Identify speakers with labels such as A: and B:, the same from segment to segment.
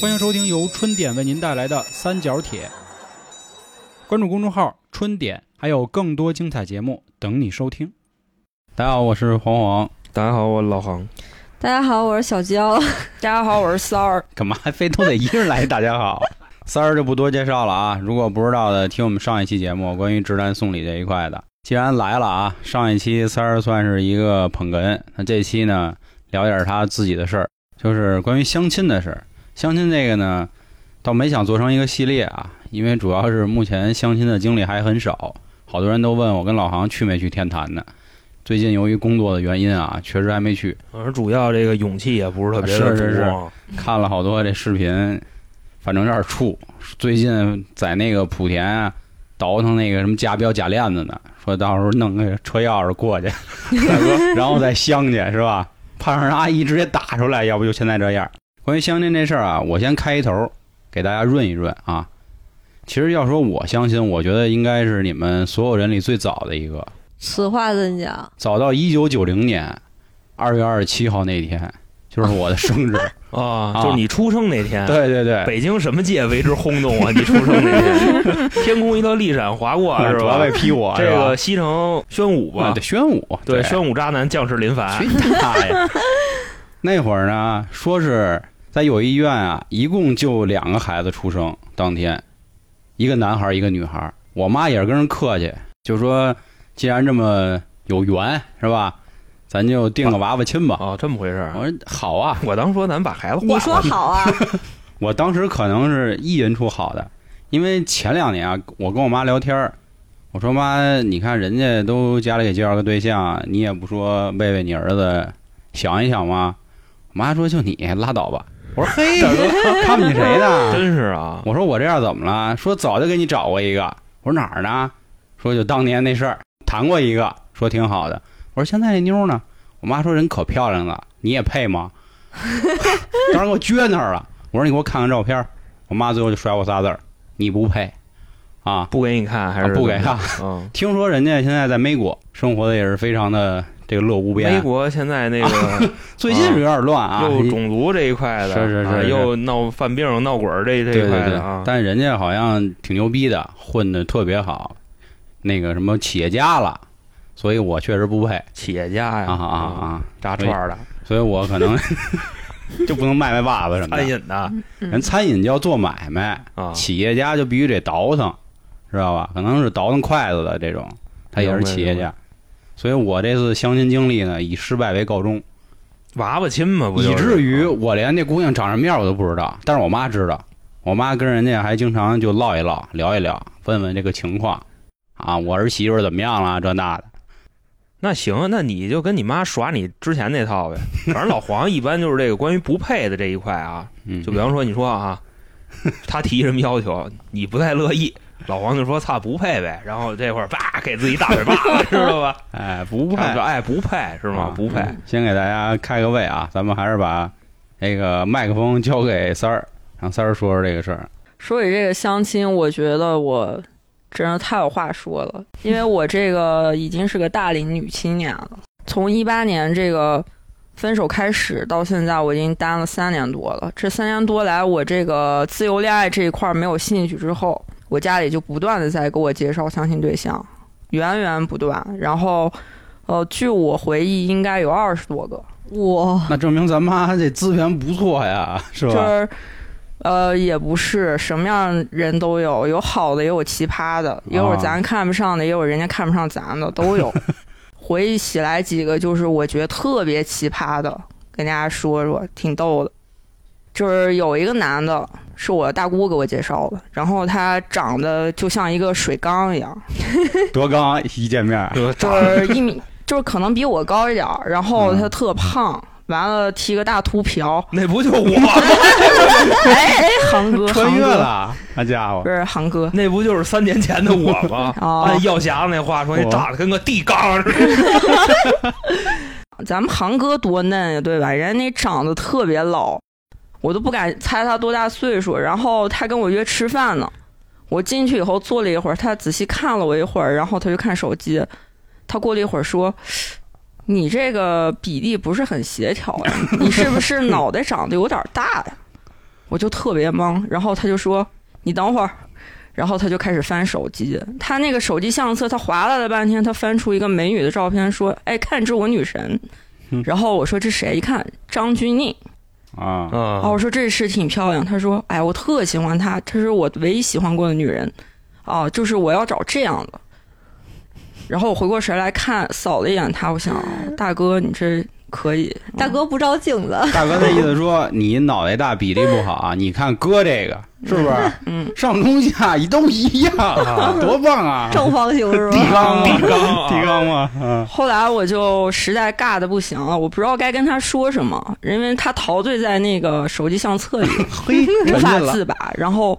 A: 欢迎收听由春点为您带来的《三角铁》，关注公众号“春点”，还有更多精彩节目等你收听。大家好，我是黄黄，
B: 大家好，我老航。
C: 大家好，我是小娇。
D: 大家好，我是三儿。
A: 干嘛还非都得一人来？大家好，三儿就不多介绍了啊。如果不知道的，听我们上一期节目关于直男送礼这一块的。既然来了啊，上一期三儿算是一个捧哏，那这期呢聊点他自己的事儿，就是关于相亲的事儿。相亲这个呢，倒没想做成一个系列啊，因为主要是目前相亲的经历还很少，好多人都问我跟老航去没去天坛呢。最近由于工作的原因啊，确实还没去。
B: 而主要这个勇气也不是特别
A: 是
B: 的
A: 是是
B: 足啊。
A: 看了好多这视频，反正有点怵。最近在那个莆田啊，倒腾那个什么假标假链子呢，说到时候弄个车钥匙过去， 大哥然后再相去是吧？怕让人阿姨直接打出来，要不就现在这样。关于相亲这事儿啊，我先开一头，给大家润一润啊。其实要说我相亲，我觉得应该是你们所有人里最早的一个，
C: 此话怎讲？
A: 早到一九九零年二月二十七号那天，就是我的生日。
B: 啊，就是你出生那天，
A: 对对对，
B: 北京什么界为之轰动啊？你出生那 天，天空一道利闪划过，啊是
A: 啊主要
B: 吧？
A: 为批我，
B: 这个西城宣武
A: 啊
B: 吧
A: 得，宣武，
B: 对，宣武渣哎男将士林凡
A: 去，你大爷！ 那会儿呢，说是在友谊医院啊，一共就两个孩子出生，当天一个男孩儿一个女孩儿。我妈也是跟人客气，就说既然这么有缘是吧，咱就定个娃娃亲吧。
B: 啊，这么回事儿。
A: 我说好啊，
B: 我当说咱把孩子换
C: 你说
B: 了
C: 好啊？
A: 我当时可能是意淫出好的，因为前两年啊，我跟我妈聊天儿，我说妈，你看人家都家里给介绍个对象，你也不说喂喂你儿子想一想吗？我妈说就你拉倒吧。我说 嘿，看不起谁呢？
B: 真是啊，
A: 我说我这样怎么了？说早就给你找过一个。我说哪儿呢？说就当年那事儿谈过一个，说挺好的。我说现在那妞呢？我妈说人可漂亮了，你也配吗？ 当时给我撅那儿了。我说你给我看看照片儿。我妈最后就甩我仨字儿：你不配啊！
B: 不给你看还
A: 啊
B: 是
A: 不给
B: 怎么
A: 看
B: 着？嗯，
A: 听说人家现在在美国生活的也是非常的这个乐无边。啊
B: 美国现 在那个
A: 最近是有点乱啊，
B: 又
A: 你
B: 种族这一块的，
A: 是是是
B: 啊
A: 是
B: 又闹犯病、闹鬼儿这这
A: 对
B: 一块
A: 对对
B: 的啊，
A: 但人家好像挺牛逼的，混的特别好，那个什么企业家了，所以我确实不配
B: 企业家呀
A: 啊啊
B: 嗯
A: 啊！
B: 炸串儿的、
A: 所以我可能 就不能卖卖袜子什么
B: 餐
A: 的。
B: 饮的
A: 人餐饮叫做买卖，
B: 哎啊，
A: 企业家就必须得倒腾，知道吧？可能是倒腾筷子的这种，他也是企业
B: 明白
A: 家。所以我这次相亲经历呢，以失败为告终，
B: 娃娃亲嘛，不
A: 以
B: 就是啊
A: 至于我连那姑娘长什么样我都不知道，但是我妈知道，我妈跟人家还经常就唠一唠，聊一聊，问问这个情况啊，我儿媳妇儿怎么样了，这那的。
B: 那行，啊那你就跟你妈耍你之前那套呗。反正老黄一般就是这个关于不配的这一块啊，
A: 嗯，
B: 就比方说你说啊，他提什么要求，你不太乐意，老黄就说“操不配呗”，然后这会儿叭给自己大嘴巴子，知道吧？
A: 哎，不
B: 不嗯
A: 怕，
B: 哎不配是
A: 啊？
B: 吗不配，
A: 先给大家开个胃啊，咱们还是把那个麦克风交给三儿，让三儿说说这个事儿。
D: 说起这个相亲，我觉得我真的太有话说了，因为我这个已经是个大龄女青年了。从一八年这个分手开始到现在，我已经单了三年多了。这三年多来，我这个自由恋爱这一块没有兴趣之后，我家里就不断的在给我介绍相亲对象，源源不断。然后，呃，据我回忆，应该有二十多个。
C: 我
A: 那证明咱妈这资源不错呀，是
D: 就
A: 吧？
D: 是呃，也不是什么样人都有，有好的，也有奇葩的，也有
A: 啊
D: 咱看不上的，也有人家看不上咱的，都 有。回忆起来几个，就是我觉得特别奇葩的，跟大家说说，挺逗的。就是有一个男的，是我大姑给我介绍的，然后他长得就像一个水缸一样，
A: 德刚一见面，
B: 就，
D: 就是一米，就是可能比我高一点儿，然后
A: 嗯
D: 他特胖，完了剃个大秃瓢
B: 那不就我吗？
D: 哎哎，航哥，
A: 穿
D: 航
A: 越
D: 哥，
A: 了，那家伙
D: 不，是航哥，
B: 那不就是三年前的我 吗？
D: 哦
B: 按药匣子那话说，你
A: 我
B: 长得跟个地缸似的。
D: 咱们航哥多嫩呀，对吧？人家那长得特别老，我都不敢猜他多大岁数。然后他跟我约吃饭呢，我进去以后坐了一会儿，他仔细看了我一会儿，然后他就看手机。他过了一会儿说：“你这啊个比例不是很协调呀，你是不是脑袋长得有点大呀？”我就特别懵。然后他就说：“你等会儿。”然后他就开始翻手机，他那个手机相册，他划拉了半天，他翻出一个美女的照片，说：“哎，看这我女神。
A: 嗯”
D: 然后我说：“这谁？”一看张钧甯，
A: 啊，
D: 哦，
B: 啊
D: 我说这是挺漂亮。他说：“哎，我特喜欢她，她是我唯一喜欢过的女人。哦，就是我要找这样的。”然后我回过神来看，扫了一眼她，我想，哦大哥，你这可以，
C: 嗯大哥不照镜
D: 啊
C: 子，
A: 大哥那意思说你脑袋大比例不好啊，你看哥这个 是不是
D: 嗯，嗯，
A: 上中下都一样啊，多棒啊！
C: 正方形 是
A: 提
C: 吧？
A: 纲
B: 提
A: 吗？
B: 纲
A: 提纲吗？嗯
D: 后来我就实在尬的不行了，我不知道该跟他说什么，因为他陶醉在那个手机相册 里，
A: 嘿，
D: 无
A: 沉
D: 法
A: 浸了。
D: 自拔。然后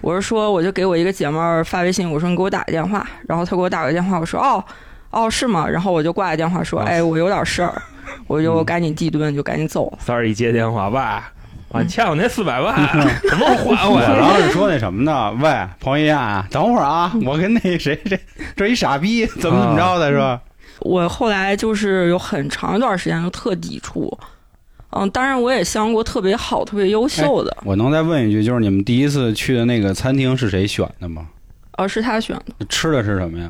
D: 我是说，我就给我一个姐妹儿发微信，我说你给我打个电话。然后她给我打个电话，我说哦哦是吗？然后我就挂了电话说，
A: 嗯
B: 啊
D: 哎，我有点事儿，我就赶紧地蹲，就赶紧走了。
B: 三儿一接电话，爸，我
D: 嗯
B: 欠我那四百万，什么还
A: 我
B: 我呀？
A: 当时说那什么呢？喂，彭于晏啊，等会儿啊，我跟那谁谁这一傻逼怎么怎么着的是吧？
D: 我后来就是有很长一段时间就特抵触。嗯，当然我也相过特别好、特别优秀的，
A: 我能再问一句，就是你们第一次去的那个餐厅是谁选的吗？
D: 而是他选的。
A: 吃的是什么呀？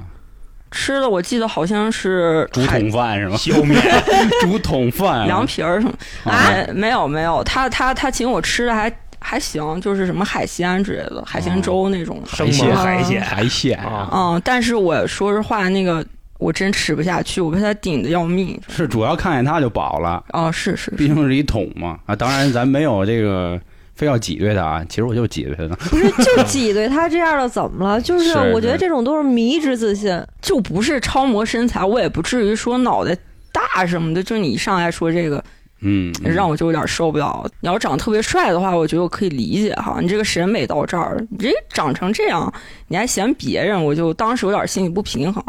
D: 吃的我记得好像是
A: 竹
D: 海
A: 筒饭是吗？
B: 小米，
A: 竹筒饭
D: 凉
A: 啊
D: 皮儿什么。
A: 啊
D: 哎，没有没有，他他他请我吃的还还行，就是什么海鲜之类的，海
A: 哦
D: 鲜粥那种。
B: 生
A: 海
B: 猛
A: 鲜
B: 海鲜，
A: 海鲜
B: 啊
D: 嗯，但是我说实话，那个我真吃不下去，我被他顶的要命。
A: 是主要看见它就饱了。
D: 哦，是是
A: 毕
D: 是，
A: 竟是一桶嘛啊，当然咱没有这个非要挤兑他啊，其实我就挤兑他呢。
C: 不是，就挤兑他这样的怎 么了？就是
A: 是
C: 我觉得这种都是迷之自信，
D: 就不是超模身材，我也不至于说脑袋。大什么的，就你一上来说这个，
A: 嗯，嗯
D: 让我就有点受不了。你要长得特别帅的话，我觉得我可以理解哈，你这个审美到这儿了，你这长成这样，你还嫌别人，我就当时有点心里不平衡，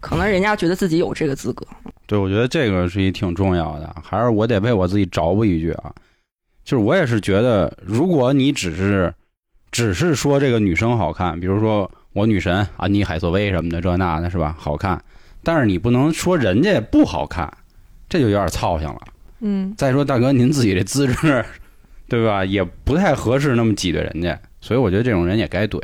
D: 可能人家觉得自己有这个资格。
A: 对，我觉得这个是一挺重要的，还是我得为我自己着补一句啊，就是我也是觉得，如果你只是只是说这个女生好看，比如说我女神安妮海瑟薇什么的这那的是吧，好看，但是你不能说人家不好看，这就有点操性了。
C: 嗯，
A: 再说大哥，您自己这资质， 对吧，也不太合适那么挤兑人家，所以我觉得这种人也该怼。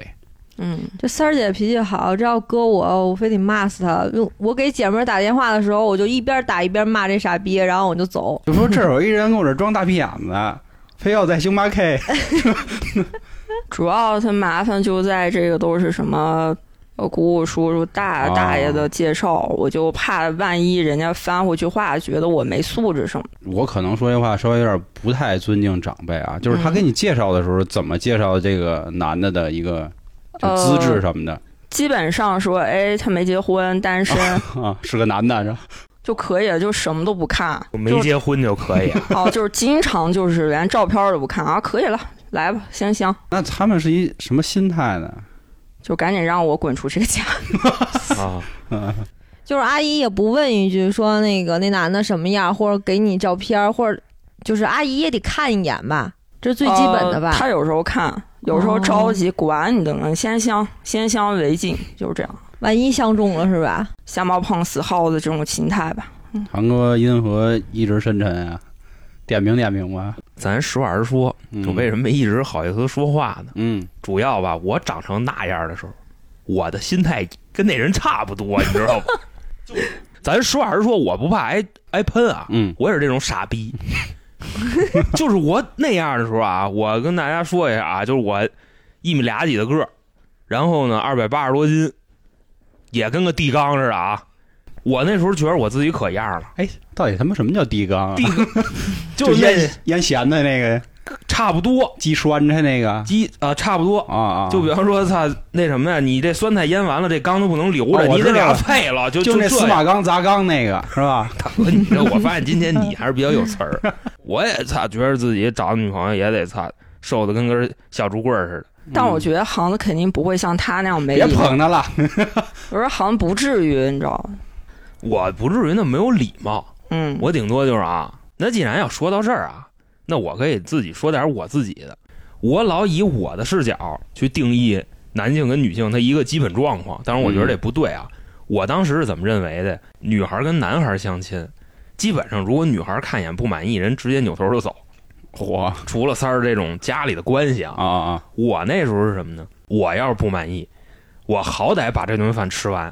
D: 嗯，
C: 这三儿姐脾气好，这要搁我，我非得骂死她。用我给姐们儿打电话的时候，我就一边打一边骂这傻逼，然后我就走。
A: 就说这儿有一人跟我这装大屁眼子，非要在星巴克。
D: 主要它麻烦就在这个都是什么。呃，姑姑、叔叔、大
B: 哦
A: 啊
D: 大爷的介绍，我就怕万一人家翻回去话，觉得我没素质什么 的。
A: 我可能说这话稍微有点不太尊敬长辈啊，就是他给你介绍的时候，怎么介绍这个男的的一个就资质什么的、
D: 基本上说，哎，他没结婚，单身、
A: 啊，是个男的，然后
D: 就可以了，就什么都不看。
B: 我没结婚就可以，啊
D: 哦，就是经常就是连照片都不看啊，可以了，来吧，行行，
A: 那他们是一什么心态呢？
D: 就赶紧让我滚出这个家。
B: 啊，
C: 就是阿姨也不问一句说那个那男的什么样，或者给你照片儿，或者就是阿姨也得看一眼吧，这 是最基本的吧。
D: 呃他有时候看，有时候着急，管你的呢，先香先香为敬，就是这样，
C: 万一相中了是吧？
D: 瞎猫碰死耗子这种心态吧。
A: 韩国因何一直深沉啊？点名点名吧。
B: 咱实话实说，
A: 嗯
B: 我为什么没一直好意思说话呢？
A: 嗯，
B: 主要吧，我长成那样的时候，我的心态跟那人差不多，你知道吗？就咱实话实说，我不怕挨挨喷啊，
A: 嗯
B: 我也是这种傻逼。 就是我那样的时候啊，我跟大家说一下啊，就是我一米俩几的个儿，然后呢二百八十多斤，也跟个地缸似的啊。我那时候觉得我自己可样了，
A: 哎，到底他妈什么叫地缸啊？
B: 地就
A: 就是腌
B: 那
A: 腌咸的那个
B: 差不多
A: 鸡拴着那个啊
B: 鸡啊、差不多。
A: 啊，
B: 就比方说，操那什么呀，你这酸菜腌完了，这缸都不能留着，
A: 哦我
B: 你得
A: 知
B: 给
A: 道
B: 它
A: 了
B: 配了，就
A: 就
B: 这
A: 那司马刚砸缸那个是吧？
B: 大哥，你这我发现今天你还是比较有词 儿。我也操，觉得自己找女朋友也得操，瘦的跟根小竹棍儿似的。
D: 但
A: 嗯
D: 我觉得行子肯定不会像他那样
B: 哎
D: 没
A: 别
D: 礼貌
A: 捧他了，
D: 我说行不至于，你知道吗？
B: 我不至于那么没有礼貌，
D: 嗯，
B: 我顶多就是啊。那既然要说到这儿啊，那我可以自己说点我自己的。我老以我的视角去定义男性跟女性他一个基本状况，当然我觉得这不对啊。我当时是怎么认为的？女孩跟男孩相亲，基本上如果女孩看一眼不满意，人直接扭头就走。
A: 火啊
B: 除了三儿这种家里的关系啊，
A: 啊啊！
B: 我那时候是什么呢？我要是不满意，我好歹把这顿饭吃完。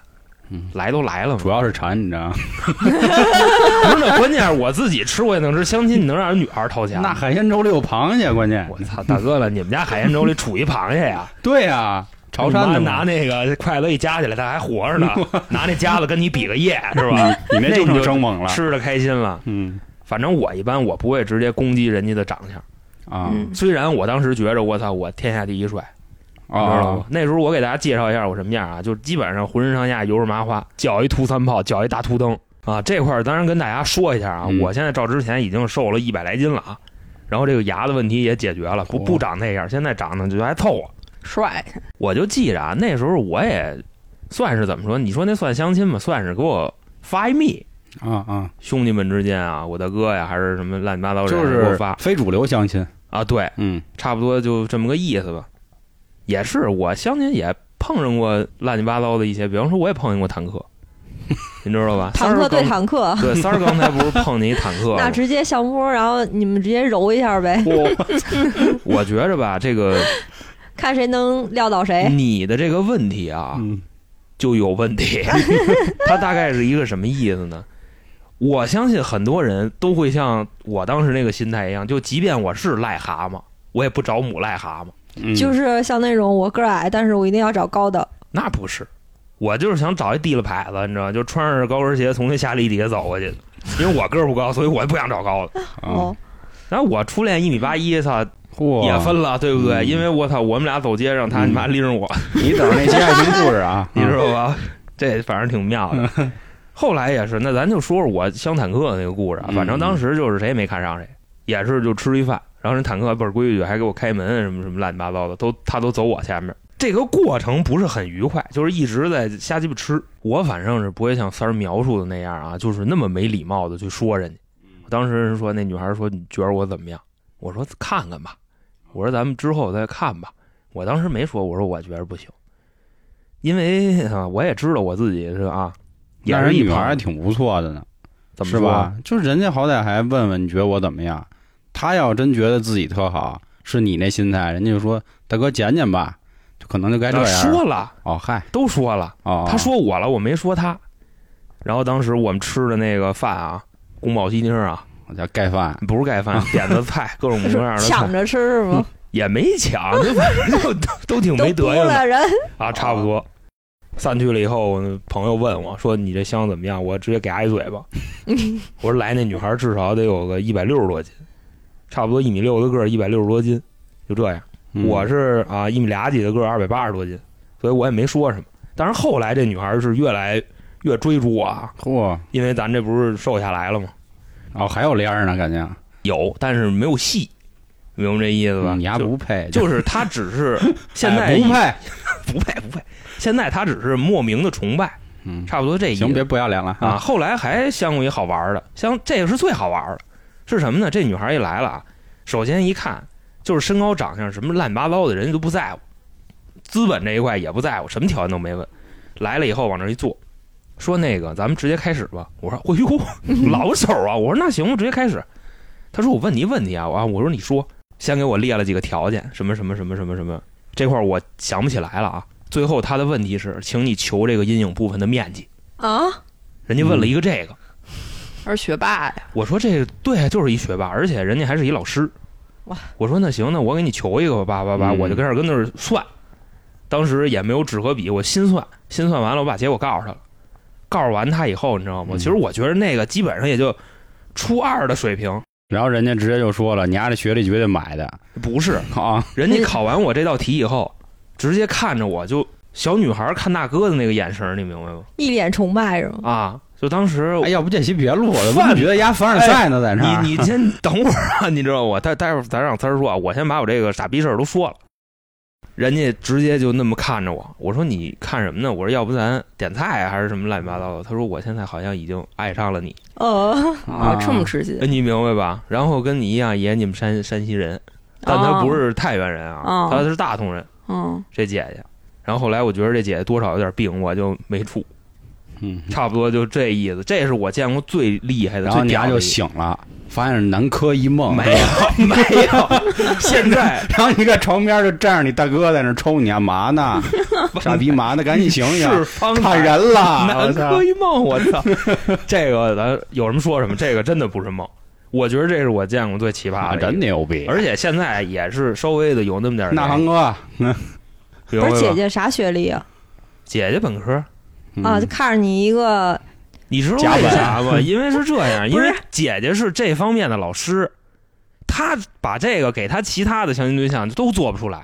A: 嗯
B: 来都来了嘛
A: 主，要是馋，你知道吗？
B: 不是那关键是我自己吃我也能吃，相亲你能让人女孩掏钱吗？
A: 那海鲜粥里有螃蟹，关键
B: 我操，大哥了，你们家海鲜粥里杵一螃蟹呀？
A: 对啊，潮汕的
B: 你妈拿
A: 嘛
B: 那个筷子一夹起来，它还活着呢， 拿那夹子跟你比个耶，是吧？
A: 你那就
B: 那你
A: 成
B: 就
A: 生猛了，
B: 吃的开心了。
A: 嗯
B: 反正我一般我不会直接攻击人家的长相，
A: 啊
D: 嗯
B: 虽然我当时觉着我操我天下第一帅，你知道
A: 啊
B: 吗，？那时候我给大家介绍一下我什么样啊，就基本上浑身上下油是麻花，脚一秃三泡，脚一大秃灯啊。这块儿当然跟大家说一下啊，
A: 嗯
B: 我现在照之前已经瘦了一百来斤了啊，然后这个牙的问题也解决了，不
A: 嚯
B: 不长那样，现在长得就还凑合。
D: 帅，
B: 我就记着啊，那时候我也算是怎么说？你说那算相亲吗？算是给我发一密，
A: 啊啊，
B: 兄弟们之间啊，我的哥呀，还是什么乱七八糟人
A: 就
B: 给我
A: 是
B: 发
A: 非主流相亲，
B: 啊，对，
A: 嗯
B: 差不多就这么个意思吧。也是，我相信也碰上过乱七八糟的一些，比方说我也碰见过坦 克，你知道吧？
C: 坦克对
B: 三儿
C: 坦克，
B: 刚，对三儿刚才不是碰见一坦克
C: 那
B: 吗？
C: 直接相扑，然后你们直接揉一下呗，
B: 我我觉着吧，这个
C: 看谁能撂倒谁。
B: 你的这个问题啊，
A: 嗯
B: 就有问 题。他大概是一个什么意思呢？我相信很多人都会像我当时那个心态一样，就即便我是癞蛤蟆，我也不找母癞蛤蟆。
A: 嗯
C: 就是像那种我个儿矮，但是我一定要找高的。
B: 那不是，我就是想找一地了牌子，你知道吗，就穿着高跟鞋从那下里底下走过去的。因为我个儿不高，所以我也不想找高的。
A: 啊，
C: 哦，
B: 然后我初恋一米八一，操
A: 嚯，
B: 也分了，对不对？
A: 嗯
B: 因为我操，我们俩走街上，他
A: 嗯
B: 你妈拎着我，
A: 你等着那些爱情故事啊
B: ，你知道吧？这反正挺妙的。后来也是，那咱就说说我相坦克那个故事啊。
A: 嗯
B: 反正当时就是谁也没看上谁，也是就吃一饭，然后人坦克倍儿规矩，还给我开门什么什么乱七八糟的，都他都走我前面。这个过程不是很愉快，就是一直在瞎鸡巴吃。我反正是不会像三儿描述的那样啊，就是那么没礼貌的去说人家。
A: 嗯
B: 当时人说那女孩说你觉得我怎么样？我说看看吧，我说咱们之后再看吧。我当时没说，我说我觉得不行，因为啊我也知道我自己是啊，也
A: 但
B: 是
A: 是
B: 一
A: 女孩
B: 旁
A: 还挺不错的呢，
B: 怎么
A: 是
B: 说啊？
A: 吧？就是人家好歹还问问你觉得我怎么样，他要真觉得自己特好，是你那心态，人家就说大哥捡捡吧，就可能就哎该这
B: 啊
A: 样。
B: 说了，
A: 哦嗨
B: 都说了。
A: 哦，
B: 他说我了，我没说他。然后当时我们吃的那个饭啊，宫保鸡丁啊，
A: 我叫盖饭，
B: 不是 盖饭，点的菜，各种各样的
C: 抢
B: 菜，
C: 着吃是吗？
B: 也没抢，就反正就都都挺
C: 都
B: 没
C: 扑
B: 德行的
C: 了人，
B: 啊，差不多。散去了以后，朋友问我说：“你这香怎么样？”我直接给他一嘴 巴。我说：“来，那女孩至少得有个一百六十多斤，差不多一米六的个儿，一百六十多斤，就这样。”
A: 嗯
B: 我是啊一米俩几的个儿，二百八十多斤，所以我也没说什么。但是后来这女孩是越来越追逐我啊，
A: 嚯
B: 因为咱这不是瘦下来了吗？
A: 哦还有帘儿呢，感觉
B: 有，但是没有戏，明白这意思吧？
A: 嗯你还
B: 就
A: 不配，
B: 就是她只是现
A: 哎
B: 在
A: 不配，
B: 不配不配，现在她只是莫名的崇拜，
A: 嗯，
B: 差不多这意思。
A: 行，别不要脸了
B: 啊，，后来还相过一好玩的，相这个是最好玩的，是什么呢？这女孩一来了啊，首先一看就是身高长相什么乱七八糟的，人家都不在乎，资本这一块也不在乎，什么条件都没问。来了以后往那儿一坐，说那个咱们直接开始吧。我说哎呦，老手啊！我说那行，直接开始。他说我问你问题啊，我啊我说你说，先给我列了几个条件，什么什么什么什么什么，这块儿我想不起来了啊。最后他的问题是，请你求这个阴影部分的面积。
C: 啊，
B: 人家问了一个这个，
D: 而学霸呀，
B: 我说这对，就是一学霸，而且人家还是一老师。
D: 哇！
B: 我说那行，那我给你求一个吧，叭叭叭，
A: 嗯
B: 我就跟那儿跟那儿算。当时也没有纸和笔，我心算，心算完了，我把结果告诉他了。告诉完他以后，你知道吗？
A: 嗯
B: 其实我觉得那个基本上也就初二的水平，
A: 然后人家直接就说了，你丫这学历绝对买的
B: 不是。
A: 啊，
B: 人家考完我这道题以后，直接看着我就小女孩看大哥的那个眼神儿，你明白吗？
C: 一脸崇拜是
A: 嗯
C: 吗？
B: 啊，就当时
A: 哎，要不这期别录了，
B: 饭哎
A: 我觉得丫凡尔赛呢，在那儿，
B: 你你 先等会儿啊，你知道我待待会儿咱让三儿说啊，我先把我这个傻逼事儿都说了。人家直接就那么看着我，我说你看什么呢？我说要不咱点菜啊还是什么乱七八糟的？他说我现在好像已经爱上了你，
C: 呃，
A: 啊
D: 啊，这么直接
B: 哎，，你明白吧？然后跟你一样，也你们山山西人，但
A: 哦
B: 他
D: 嗯
B: 不是太原人啊
D: 哦，
B: 他是大同人。
D: 嗯，
B: 这姐姐，然后后来我觉得这姐姐多少有点病，我就没处。
A: 嗯，
B: 差不多就这意思。这是我见过最厉害的，
A: 然后
B: 最
A: 你
B: 屌
A: 丫
B: 的
A: 就
B: 一个
A: 醒了，发现是南柯一梦，
B: 没有没有，现在
A: 然后你在床边就站着，你大哥在那抽你啊，嘛 呢？傻逼嘛呢？赶紧醒醒，
B: 是方
A: 看
B: 法
A: 人了！我
B: 南
A: 操
B: 柯！一梦，啊我操！ 这个咱有什么说什么，这个真的不是梦。我觉得这是我见过最奇葩
A: 啊，
B: 的，
A: 真。牛逼！
B: 哎而啊且现在也是稍微的有那么点儿
A: 那航哥嗯
B: 明
C: 不
B: 白吧
C: 是姐姐啥学历啊？
B: 姐姐本科，
C: 啊，
A: 嗯
C: 就看着你一个
B: 你知道
A: 甲
B: 为
A: 本
B: 啥吗？因为是这样，因
D: 不是
B: 为姐姐是这方面的老师，她把这个给她其他的相亲对象都做不出来。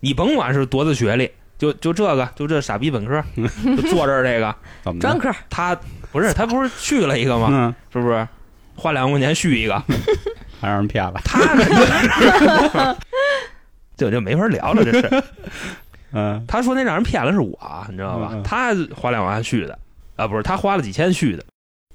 B: 你甭管是多大学历，就就这个，就这傻逼本科，就坐这儿这个，
A: 怎么
D: 专
A: 着？
D: 科
B: 她不是她不是续了一 个吗？
A: 嗯，
B: 是不是？花两块钱续一个，
A: 还让人骗 了。
B: 他 呢这就没法聊了，这 事。
A: 嗯
B: 他说那让人骗了是我，你知道吧？
A: 嗯嗯
B: 他花两万续的，啊，不是他花了几千续的。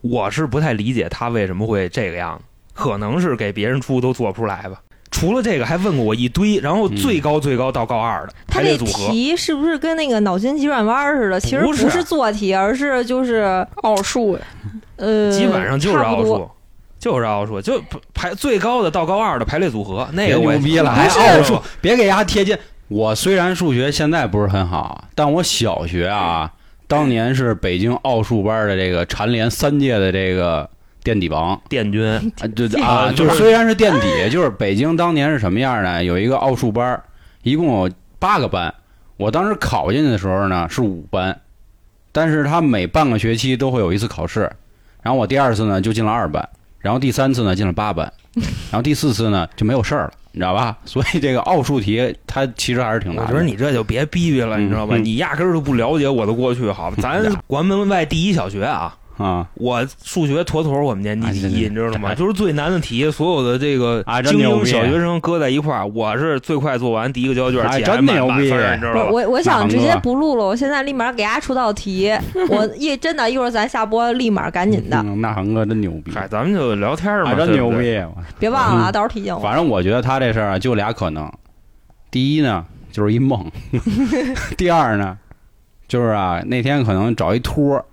B: 我是不太理解他为什么会这个样子，可能是给别人出都做不出来吧。除了这个，还问过我一堆，然后最高最高到高二的
C: 嗯他
B: 排
C: 这
B: 列组合，
C: 题是不是跟那个脑筋急转弯儿似的？其实
B: 不
C: 不
B: 是啊
C: 是做题，而是就是
D: 奥数
C: 呃，
B: 基本上就是
C: 差不
B: 奥
C: 多。
B: 数，就是奥数，就排最高的到高二的排列组合，那
A: 别
B: 个我
A: 牛
B: 也
A: 逼了，还
B: 不是
A: 奥数，别给丫贴金。我虽然数学现在不是很好，但我小学啊，当年是北京奥数班的这个蝉联三届的这个垫底王。
B: 殿军，
A: 啊， 对
B: 这
A: 啊，
B: 个
A: 就
B: 就是
A: 是虽然是垫底，就是北京当年是什么样呢？有一个奥数班儿，一共有八个班。我当时考进去的时候呢是五班，但是他每半个学期都会有一次考试，然后我第二次呢就进了二班，然后第三次呢进了八 班，然后第四次呢就没有事儿了，你知道吧？所以这个奥数题它其实还是挺
B: 我
A: 难
B: 觉
A: 的。
B: 得你这就别逼逼了，
A: 嗯
B: 你知道吧？
A: 嗯
B: 你压根儿就不了解我的过去，好吧？咱
A: 嗯
B: 关门外第一小学啊，
A: 啊
B: 我数学妥妥我们年级第
A: 哎对
B: 一，
A: 对
B: 你知道吗？
A: 哎
B: 就是最难的题，所有的这个
A: 啊真
B: 精
A: 牛
B: 英
A: 逼
B: 小学生搁在一块儿，我是最快做完第一个交卷，
A: 哎
B: 姐还
A: 真
B: 满
A: 牛
B: 满
A: 逼
B: 分儿，你知道
C: 我
B: 吧？
C: 我我想直
B: 啊
A: 那
C: 接
A: 行吧
C: 不录了，我现在立马给大家出道 题。我一真的，一会儿咱下播立马赶紧的，
A: 嗯，那恒哥真牛逼，
B: 嗨，咱们就聊天儿嘛，
A: 啊，真
B: 对不
A: 牛
B: 对。
A: 逼！我
B: 嗯
C: 别忘了啊，到时候提醒我。
A: 反正我觉得他这事儿啊，就俩可能，第一呢就是一梦，第二呢就是啊那天可能找一托儿，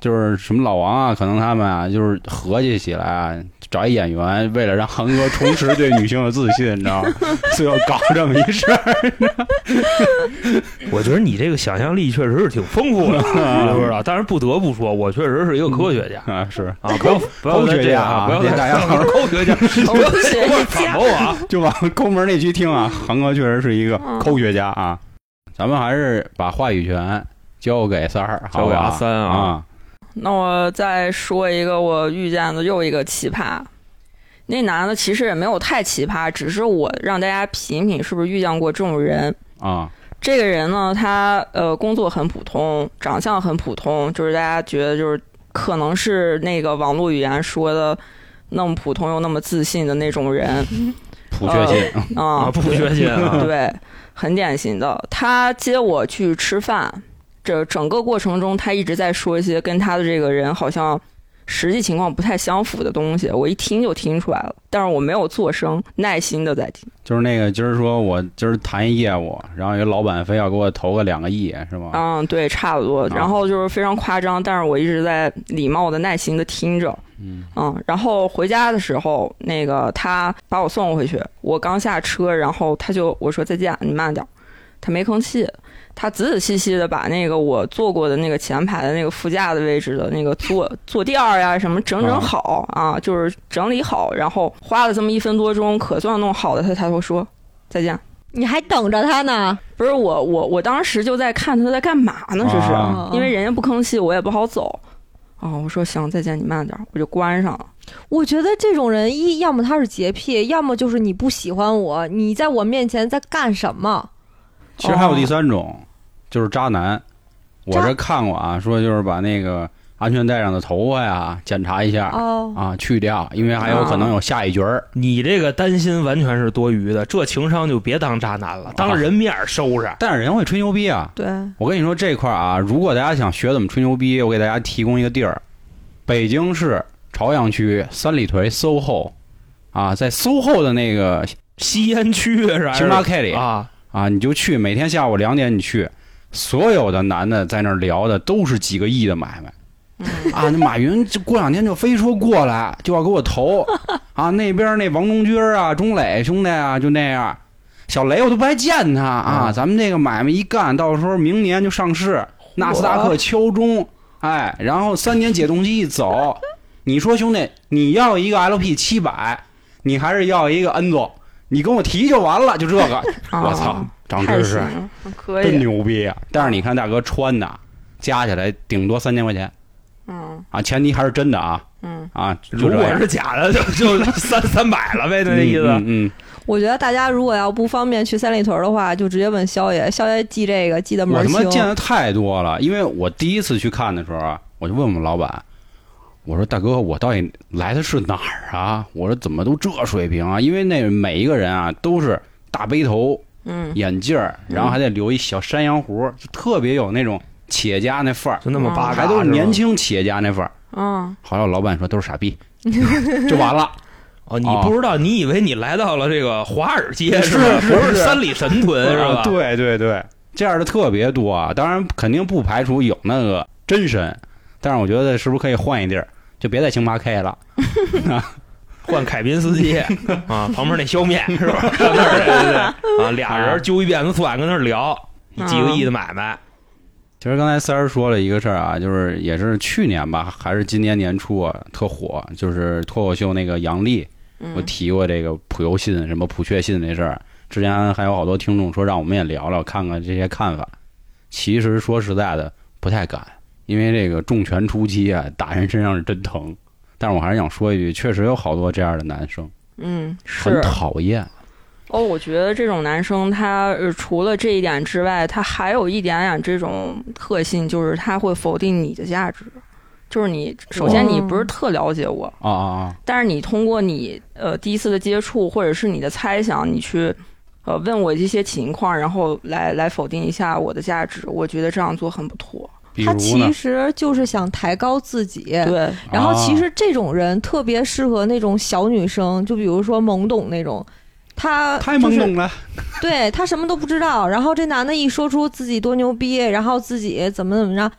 A: 就是什么老王啊，可能他们啊就是合计起来啊，找一演员，为了让韩哥重拾对女性的自信，你知道吗？最后搞这么一事儿，
B: 我觉得你这个想象力确实是挺丰 富的，你知不知道？但是不得不说，我确实是一个科学家。
A: 啊是
B: 啊， 不要不要
A: 科
B: 再
A: 学
B: 这
A: 家
B: 样
A: 啊
B: 不要再
A: 大家好好
B: 科学家，不要
D: 科学
B: 再
D: 家
B: 一 块儿反驳我啊！
A: 就往抠门那区听啊，韩哥确实是一个科学家啊，咱们还是把话语权交给三儿，好
B: 交
A: 不
B: 给
A: 好
B: 阿三啊
A: 啊，
D: 那我再说一个我遇见的又一个奇葩。那男的其实也没有太奇葩，只是我让大家品品是不是遇见过这种人。
A: 啊
D: 这个人呢，他呃工作很普通，长相很普通，就是大家觉得就是可能是那个网络语言说的那么普通又那么自信的那种人
A: 普确信，
D: 啊，
B: 啊，不学习 啊，
D: 对，很典型的。他接我去吃饭，这整个过程中他一直在说一些跟他的这个人好像实际情况不太相符的东西，我一听就听出来了，但是我没有做声，耐心的在听。
A: 就是那个今儿说我今儿谈一业务，然后有老板非要给我投个两个亿，是吗？
D: 嗯，对，差不多。
A: 啊
D: 然后就是非常夸张，但是我一直在礼貌的、耐心的听着。
A: 嗯
D: 嗯，然后回家的时候，那个他把我送回去，我刚下车，然后他就我说再见，你慢点儿。他没吭气，他仔仔细细的把那个我坐过的那个前排的那个副驾的位置的那个坐坐垫儿呀什么整整好啊就是整理好，然后花了这么一分多钟，可算弄好了，他才会说再见。
C: 你还等着他呢，
D: 不是我，我我当时就在看他在干嘛呢，这是。
A: 啊
D: 因为人家不吭气，我也不好走。哦，我说行，再见，你慢点儿，我就关上了。
C: 我觉得这种人一要么他是洁癖，要么就是你不喜欢我，你在我面前在干什么？
A: 其实还有第三种，就是渣男。我
C: 渣
A: 这看过啊，说就是把那个安全带上的头发呀检查一下
C: 哦，
A: 啊，去掉，因为还有可能有下一角儿。
B: 你这个担心完全是多余的，这情商就别当渣男了，当着人面收拾。
A: 但是人会吹牛逼啊！
C: 对，
A: 我跟你说这块儿啊，如果大家想学怎么吹牛逼，我给大家提供一个地儿：北京市朝阳区三里屯 SOHO 啊，在 SOHO 的那个
B: 吸烟区是吧？
A: 星巴克里
B: 啊，
A: 啊，你就去，每天下午两点你去，所有的男的在那儿聊的都是几个亿的买卖，啊，那马云就过两天就非说过来就要给我投啊，那边那王中军啊、钟磊兄弟啊就那样，小雷我都不爱见他啊，
B: 嗯
A: 咱们这个买卖一干，到时候明年就上市，纳斯达克敲钟，哎，然后三年解冻期一走，你说兄弟，你要一个 LP 七百，你还是要一个 N 总？你跟我提就完了，就这个，我操，长
D: 啊太
A: 知
D: 行
A: 识，啊
D: 了，嗯可
A: 真
D: 以，
A: 牛逼啊！但是你看大哥穿的，加起来顶多三千块钱
D: 嗯
A: 啊，前提还是真的啊
D: 嗯。
A: 啊！就
B: 如
A: 这
B: 果
A: 样
B: 是假的， 就就三三百了呗，那意思。
A: 嗯嗯，
C: 我觉得大家如果要不方便去三里屯的话，就直接问肖爷，肖爷记这个记得
A: 嗯
C: 门
A: 我
C: 儿
A: 他妈见
C: 清。
A: 的太多了，因为我第一次去看的时候啊，我就问我们老板，我说大哥，我到底来的是哪儿啊？我说怎么都这水平啊？因为那每一个人啊都是大背头，
D: 嗯，
A: 眼镜儿，然后还得留一小山羊胡，就特别有那种企业家那范儿，
B: 就那么八
A: 啊还
B: 嘎，
A: 都是年
B: 吗
A: 轻企业家那范儿。
D: 嗯，
A: 后来我老板说都是傻逼，就完了。
B: 哦，你
A: 哦
B: 不知道，你以为你来到了这个华尔街
A: 是
B: 吧？不
A: 是
B: 是
A: 是啊
B: 三里神屯哎是吧？
A: 嗯对对对，这样的特别多啊。当然，肯定不排除有那个真神，但是我觉得是不是可以换一地儿，就别在星巴克了。
B: 换凯宾斯 基啊，旁边那削面是吧？上那儿对对对啊，俩人揪一辫子蒜跟那儿聊几
A: 啊
B: 个亿的买卖，
A: 其实刚才三儿说了一个事儿啊，就是也是去年吧，还是今年年初啊，特火，就是脱口秀那个杨笠，
D: 嗯
A: 我提过这个普游信、什么普确信这事儿，之前还有好多听众说让我们也聊聊，看看这些看法。其实说实在的，不太敢，因为这个重拳出击啊，打人身上是真疼。但是我还是想说一句，确实有好多这样的男生，
D: 嗯，
A: 很
D: 是
A: 讨厌。
D: 哦，我觉得这种男生他呃除了这一点之外，他还有一点点这种特性，就是他会否定你的价值。就是你，首先你不是特了解我，
A: 啊啊啊！
D: 但是你通过你呃第一次的接触，或者是你的猜想，你去呃问我一些情况，然后来来否定一下我的价值，我觉得这样做很不妥。
A: 比
C: 他
A: 如呢
C: 其，实就是想抬高自己，
D: 对，
C: 然后其
A: 啊
C: 实这种人特别适合那种小女生，就比如说懵懂那种，她
A: 太懵
C: 就是
A: 懂了。
C: 对他什么都不知道，然后这男的一说出自己多牛逼，然后自己怎么怎么着，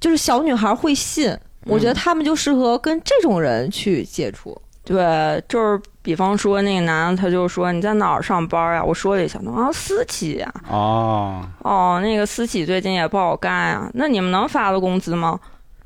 C: 就是小女孩会信。我觉得他们就适合跟这种人去接触。
D: 对，就是比方说那个男的，他就说你在哪儿上班呀、我说了一下，他说啊私企呀、
A: 哦，
D: 哦，那个私企最近也不好干呀、那你们能发了工资吗？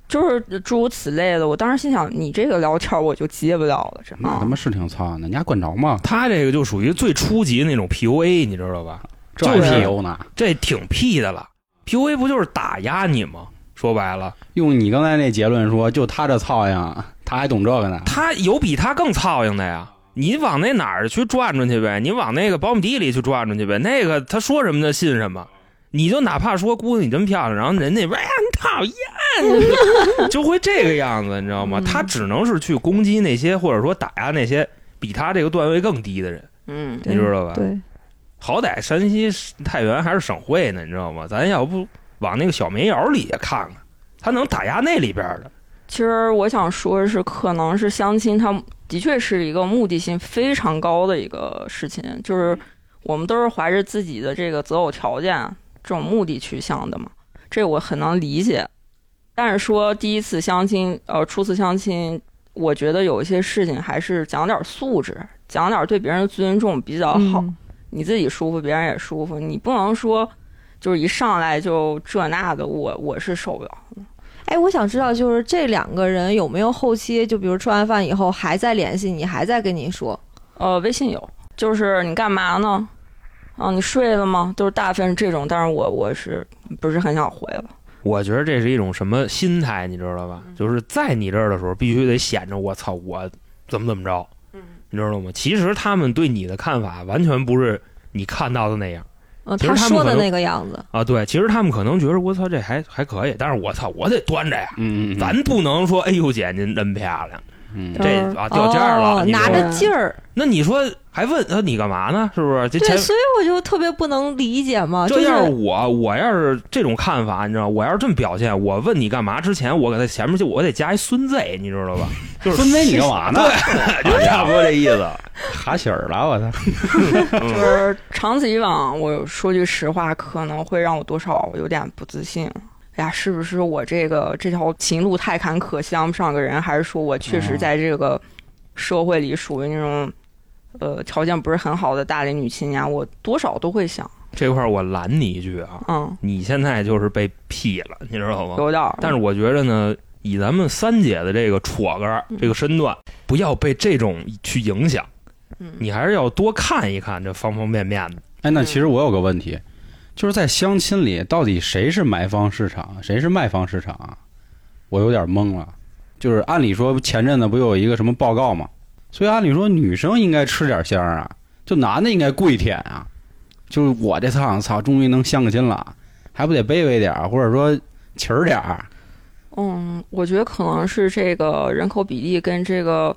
D: 就是诸如此类的。我当时心想，你这个聊天我就接不了了，这
A: 那他妈是挺操蛋的，你还管着吗？
B: 他这个就属于最初级那种 PUA，你知道吧？
A: 这
B: 就是
A: PU 呢？
B: 这挺屁的了，PUA 不就是打压你吗？说白了，
A: 用你刚才那结论说，就他这操样，他还懂这个呢？
B: 他有比他更操性的呀。你往那哪儿去转转去呗？你往那个苞米地里去转转去呗？那个他说什么他信什么，你就哪怕说姑娘你真漂亮，然后人那边哎呀你讨厌，啊就会这个样子，你知道吗？
D: 嗯
B: 他只能是去攻击那些或者说打压那些比他这个段位更低的人，
D: 嗯，
B: 你知道吧？
C: 对，
B: 好歹山西太原还是省会呢，你知道吗？咱要不往那个小煤窑里看看，他能打压那里边的。
D: 其实我想说的是，可能是相亲，它的确是一个目的性非常高的一个事情，就是我们都是怀着自己的这个择偶条件啊这种目的去向的嘛，这我很能理解。但是说第一次相亲，呃，初次相亲，我觉得有一些事情还是讲点素质，讲点对别人的尊重比较啊好。
C: 嗯
D: 你自己舒服，别人也舒服，你不能说就是一上来就这那的，我我是受不了。
C: 哎，我想知道，就是这两个人有没有后期，就比如吃完饭以后还在联系你，还在跟你说，
D: 呃，微信有，就是你干嘛呢？啊，你睡了吗？都是大部分是这种，但是我我是不是很想回了？
B: 我觉得这是一种什么心态，你知道吧？
C: 嗯
B: 就是在你这儿的时候，必须得显着我操，我怎么怎么着，
C: 嗯
B: 你知道吗？其实他们对你的看法完全不是你看到的那样
C: 嗯，
B: 其实
C: 他
B: 他们
C: 说的
B: 可能
C: 那个样子，
B: 啊。对，其实他们可能觉得我操这还还可以，但是我操我得端着呀，
A: 嗯，嗯嗯
B: 咱不能说哎呦姐您真漂亮，
A: 嗯
B: 这
D: 嗯
B: 啊掉价了，
C: 哦
B: 你
C: 拿
B: 说
C: 着劲儿，
B: 那你说还问啊你干嘛呢？是不是？这
C: 对，
B: 前
C: 所以我就特别不能理解嘛，就
B: 这
C: 啊是
B: 要是我，我要是这种看法，你知道，我要是这么表现，我问你干嘛之前，我给他前面就我得加一孙子，你知道吧？就是
A: 孙子你干嘛呢？
B: 就差不多这意思。
A: 哈喜儿了，我操！
D: 就是长此以往，我说句实话，可能会让我多少有点不自信。哎呀，是不是我这个这条情路太坎坷，相不上个人，还是说我确实
A: 嗯
D: 在这个社会里属于那种、呃条件不是很好的大龄女青年？我多少都会想，
B: 这块儿我拦你一句啊，
D: 嗯，
B: 你现在就是被屁了，你知道吗？
D: 有点儿。
B: 但是我觉着呢，以咱们三姐的这个戳根儿
D: 嗯
B: 这个身段，不要被这种去影响，
D: 嗯，
B: 你还是要多看一看这方方面面的。
A: 哎，那其实我有个问题，就是在相亲里，到底谁是买方市场，谁是卖方市场啊？我有点懵了。就是按理说，前阵子不有一个什么报告吗？所以按理说，女生应该吃点香啊，就男的应该跪舔啊。就是我这趟，操，终于能相个亲了，还不得卑微点儿，或者说勤儿点儿？
D: 嗯，我觉得可能是这个人口比例跟这个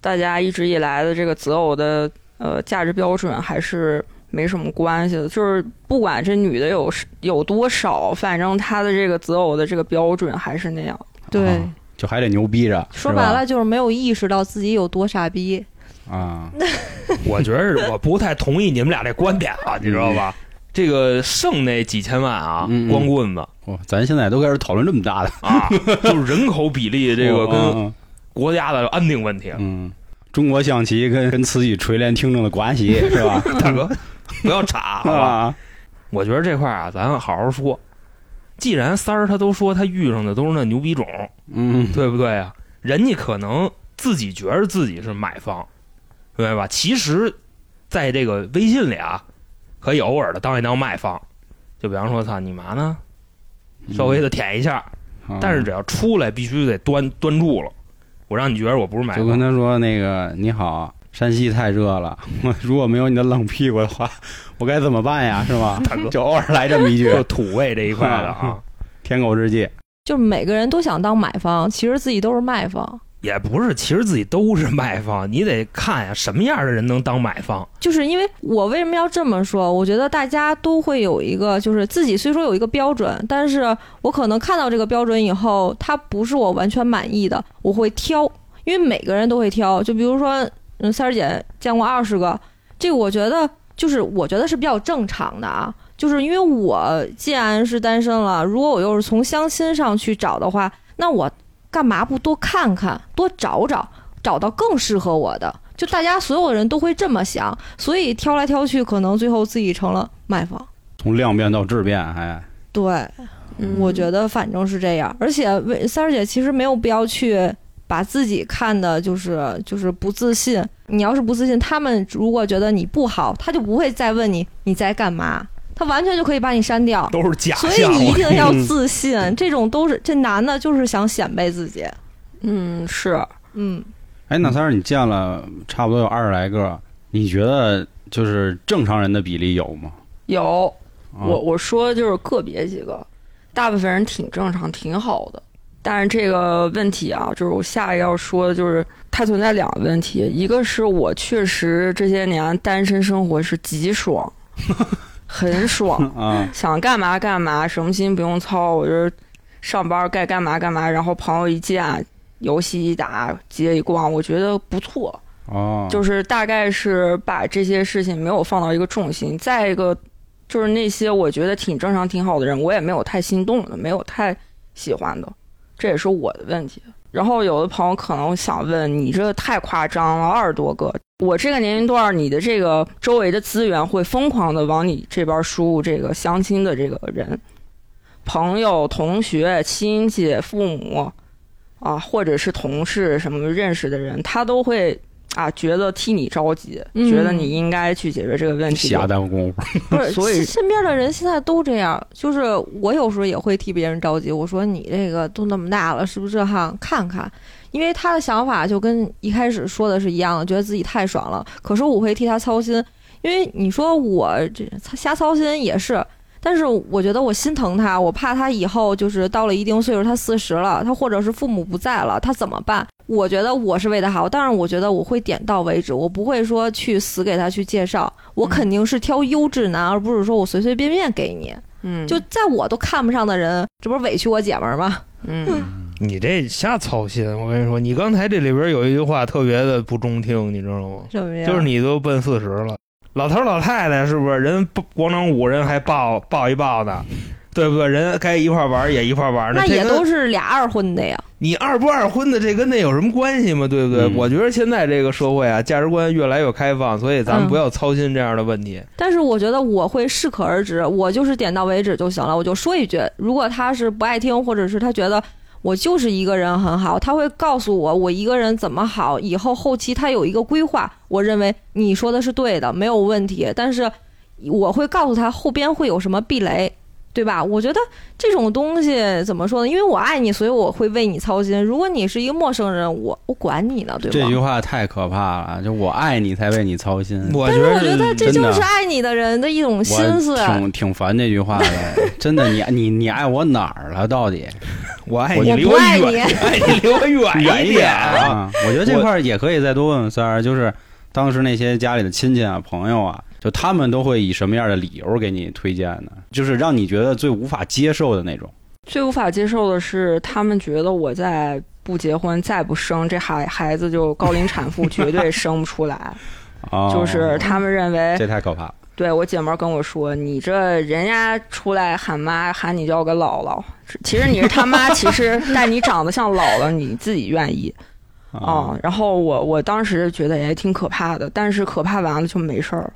D: 大家一直以来的这个择偶的呃价值标准还是没什么关系的。就是不管这女的有有多少，反正她的这个择偶的这个标准还是那样。
C: 对，
A: 啊就还得牛逼着。
C: 说
A: 是吧
C: 白了就是没有意识到自己有多傻逼。
A: 啊，
B: 我觉着我不太同意你们俩这观点啊，你知道吧？这个剩那几千万啊
A: 嗯，嗯
B: 光棍子
A: 哇，咱现在都开始讨论这么大的
B: 啊， 就是人口比例这个跟
A: 嗯
B: 国家的安定问题，
A: 嗯，中国象棋跟跟慈禧垂帘听政的关 系是吧？
B: 大哥不要岔， 好吧？
A: 啊，
B: 我觉得这块儿啊，咱好好说。既然三儿他都说他遇上的都是那牛逼种，
A: 嗯，
B: 对不对啊？人家可能自己觉着自己是买方，明白吧？其实，在这个微信里啊，可以偶尔的当一当卖方，就比方说，操你妈呢，稍微的舔一下，
A: 嗯，
B: 但是只要出来必须得端端住了，我让你觉得我不是买
A: 就跟
B: 方。
A: 他说那个你好，山西太热了，我如果没有你的冷屁股的话，我该怎么办呀？是吧？
B: 大哥
A: 就偶尔来这么一 句
B: 就土味这一块的啊，
A: 天狗日记，
C: 就是每个人都想当买方，其实自己都是卖方。
B: 也不是，其实自己都是卖方，你得看呀，什么样的人能当买方。
C: 就是因为我为什么要这么说？我觉得大家都会有一个，就是自己虽说有一个标准，但是我可能看到这个标准以后，它不是我完全满意的，我会挑，因为每个人都会挑。就比如说，嗯，三儿姐见过二十个，这个我觉得就是我觉得是比较正常的啊。就是因为我既然是单身了，如果我又是从相亲上去找的话，那我干嘛不多看看、多找找，找到更适合我的？就大家所有人都会这么想，所以挑来挑去，可能最后自己成了卖方。
A: 从量变到质变，哎，
C: 对，我觉
D: 得
C: 得反正是这样。而且为三儿姐其实没有必要去把自己看的，就是就是不自信。你要是不自信，他们如果觉得你不好，他就不会再问你你在干嘛，他完全就可以把你删掉。
B: 都是假
C: 所以你一定要
B: 嗯
C: 自信，这种都是这男的就是想显摆自己。
D: 嗯是，
C: 嗯，
A: 哎，那三儿你见了差不多有二十来个，你觉得就是正常人的比例有吗？
D: 有
A: 啊
D: 我我说就是个别几个，大部分人挺正常，挺好的。但是这个问题啊，就是我下一个要说的就是它存在两个问题，一个是我确实这些年单身生活是极爽，很爽，
A: 啊，
D: 想干嘛干嘛，什么心不用操，我就是上班该干嘛干嘛，然后朋友一见，游戏一打，街一逛，我觉得不错。
A: 哦，
D: 就是大概是把这些事情没有放到一个重心。再一个，就是那些我觉得挺正常、挺好的人，我也没有太心动的，没有太喜欢的，这也是我的问题。然后有的朋友可能想问你这太夸张了，二十多个，我这个年龄段儿，你的这个周围的资源会疯狂的往你这边儿输入这个相亲的这个人，朋友、同学、亲戚、父母啊，或者是同事什么认识的人，他都会啊觉得替你着急，
C: 嗯
D: 觉得你应该去解决这个问题。
A: 瞎耽误功夫，
C: 不是，
D: 所以
C: 身边的人现在都这样。就是我有时候也会替别人着急，我说你这个都那么大了，是不是这行看看？因为他的想法就跟一开始说的是一样的，觉得自己太爽了。可是我会替他操心，因为你说我这瞎操心也是。但是我觉得我心疼他，我怕他以后就是到了一定岁数，他四十了，他或者是父母不在了，他怎么办？我觉得我是为他好，但是我觉得我会点到为止，我不会说去死给他去介绍，我肯定是挑优质男，而不是说我随随便便给你。
D: 嗯，
C: 就在我都看不上的人，这不是委屈我姐们儿吗？
D: 嗯，
B: 你这瞎操心，我跟你说，你刚才这里边有一句话特别的不中听，你知道吗？
C: 什么哎呀？
B: 就是你都奔四十了，老头儿老太太是不是人不广场舞人还抱抱一抱呢？对不对？人该一块玩儿也一块玩儿呢，
C: 那
B: 这
C: 也
B: 跟
C: 都是俩二婚的呀。
B: 你二不二婚的，这跟那有什么关系吗？对不对？
A: 嗯
B: 我觉得现在这个社会啊，价值观越来越开放，所以咱们
C: 嗯
B: 不要操心这样的问题。
C: 但是我觉得我会适可而止，我就是点到为止就行了，我就说一句。如果他是不爱听，或者是他觉得我就是一个人很好，他会告诉我我一个人怎么好，以后后期他有一个规划。我认为你说的是对的，没有问题。但是我会告诉他后边会有什么避雷。对吧？我觉得这种东西怎么说呢？因为我爱你，所以我会为你操心。如果你是一个陌生人，我我管你呢，对吧？
A: 这句话太可怕了，就我爱你才为你操心。
B: 我
C: 但
B: 觉
C: 是
B: 得嗯
C: 我觉得这
A: 真
C: 就
A: 的
C: 是爱你的人的一种心思。
D: 啊
A: 我挺挺烦这句话 的，真的，你你你爱我哪儿了？到底
B: 我爱
A: 我
B: 你，离
C: 不
B: 我
C: 爱你
B: 远，爱你离我
D: 哎
B: 远一点啊。
A: 啊？我觉得这块儿也可以再多问问三儿，就是当时那些家里的亲戚啊、朋友啊，就他们都会以什么样的理由给你推荐呢？就是让你觉得最无法接受的那种。
D: 最无法接受的是，他们觉得我再不结婚、再不生，这孩孩子就高龄产妇，绝对生不出来。
A: 哦、
D: 就是他们认为，
A: 这太可怕了。
D: 对我姐妹儿跟我说，你这人家出来喊妈喊你叫个姥姥，其实你是他妈，其实但你长得像姥姥，你自己愿意啊、
A: 啊
D: 然后我我当时觉得也挺可怕的，但是可怕完了就没事儿了，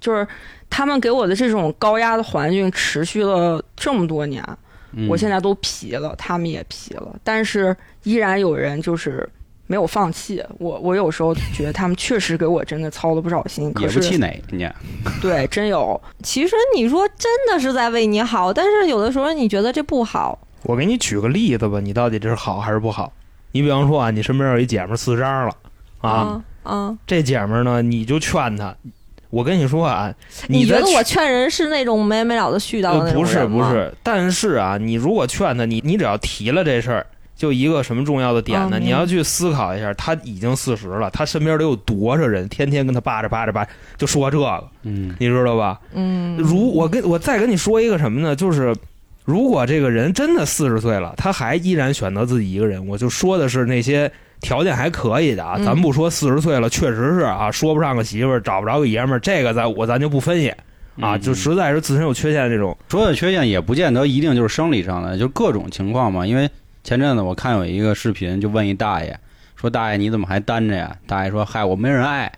D: 就是他们给我的这种高压的环境持续了这么多年，
A: 嗯
D: 我现在都皮了，他们也皮了，但是依然有人就是没有放弃我。我有时候觉得他们确实给我真的操了不少心，
A: 也
D: 可
A: 不气
D: 是
A: 馁，人家
D: 对真有
C: 其实你说真的是在为你好，但是有的时候你觉得这不好，
B: 我给你举个例子吧，你到底这是好还是不好？你比方说啊，你身边有一姐们儿四张了啊，
C: 啊！
B: 这姐们儿呢，你就劝她。我跟你说啊，
C: 你觉
B: 在
C: 得
B: 劝
C: 我劝人是那种没完没了的絮叨的
B: 呃
C: 那种
B: 不是
C: 人
B: 不
C: 吗，
B: 是，但是啊，你如果劝他，你你只要提了这事儿，就一个什么重要的点呢？
C: 哦明白
B: 你要去思考一下，他已经四十了，他身边得有多少人天天跟他扒着扒着扒着，就说这个，
A: 嗯，
B: 你知道吧？
C: 嗯，
B: 如我跟我再跟你说一个什么呢？就是如果这个人真的四十岁了，他还依然选择自己一个人，我就说的是那些。条件还可以的啊，
C: 嗯
B: 咱不说四十岁了，确实是啊，说不上个媳妇儿，找不着个爷们儿，这个咱我咱就不分析啊，
A: 嗯
B: 就实在是自身有缺陷这种，
A: 说的缺陷也不见得一定就是生理上的，就各种情况嘛。因为前阵子我看有一个视频，就问一大爷说：“大爷你怎么还单着呀？”大爷说：“嗨，我没人爱。”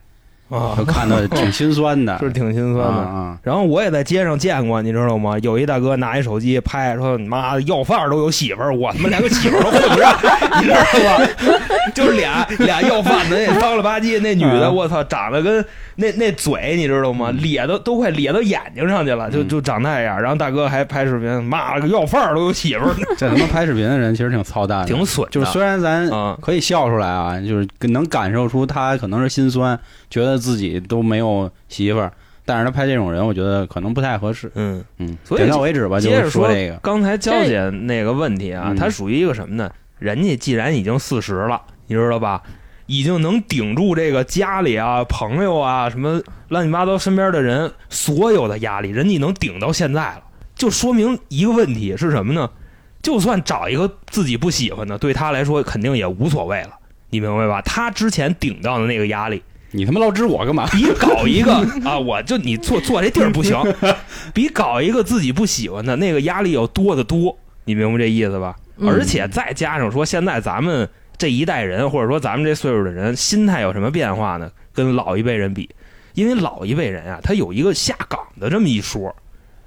B: 啊
A: 就看的挺心酸的，
B: 是挺心酸的。
A: 啊
B: 然后我也在街上见过，你知道吗？有一大哥拿一手机拍，说你妈的要饭都有媳妇儿，我他妈连个媳妇儿都混 不上，你知道吧？就是俩俩要饭的，那脏了吧唧，那女的，
A: 嗯
B: 我操，长得跟那那嘴，你知道吗？咧都都快咧到眼睛上去了，就
A: 嗯
B: 就长那样。然后大哥还拍视频，妈了个要饭都有 媳妇儿，
A: 啊！这他妈拍视频的人其实挺操蛋的，
B: 挺损的。
A: 就是虽然咱
B: 啊，
A: 可以笑出来啊，就是能感受出他可能是心酸，觉得自己都没有媳妇儿，但是他拍这种人，我觉得可能不太合适。
B: 嗯，
A: 嗯，
B: 所以
A: 点到为止吧，就
B: 接着
A: 是
B: 说
A: 这个。
B: 刚才娇姐那个问题啊
A: 嗯，
B: 它属于一个什么呢？人家既然已经四十了，你知道吧？已经能顶住这个家里啊、朋友啊、什么乱七八糟身边的人所有的压力，人家能顶到现在了，就说明一个问题是什么呢？就算找一个自己不喜欢的，对他来说肯定也无所谓了，你明白吧？他之前顶到的那个压力，
A: 你他妈老指我干嘛？
B: 比搞一个啊，我就你坐坐这地儿不行，比搞一个自己不喜欢的那个压力要多得多，你明白这意思吧？
C: 嗯
B: 而且再加上说，现在咱们这一代人，或者说咱们这岁数的人，心态有什么变化呢？跟老一辈人比，因为老一辈人啊，他有一个下岗的这么一说，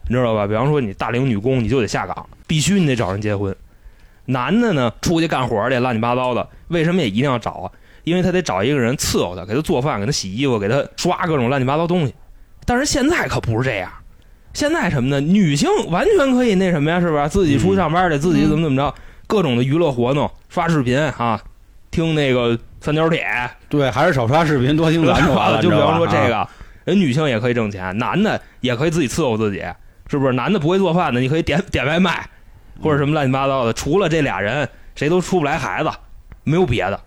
B: 你知道吧？比方说你大龄女工，你就得下岗，必须你得找人结婚。男的呢，出去干活儿去，乱七八糟的，为什么也一定要找啊？因为他得找一个人伺候他，给他做饭，给他洗衣服，给他刷各种乱七八糟东西。但是现在可不是这样，现在什么呢？女性完全可以那什么呀，是吧？自己出去上班去，自己怎么怎么着，各种的娱乐活动，刷视频啊，听那个三角铁，
A: 对，还是少刷视频，多听咱就完了。
B: 就比方说这
A: 你知道吧，
B: 个，人女性也可以挣钱，男的也可以自己伺候自己，是不是？男的不会做饭的，你可以点点外卖，或者什么乱七八糟的。除了这俩人，谁都出不来孩子，没有别的。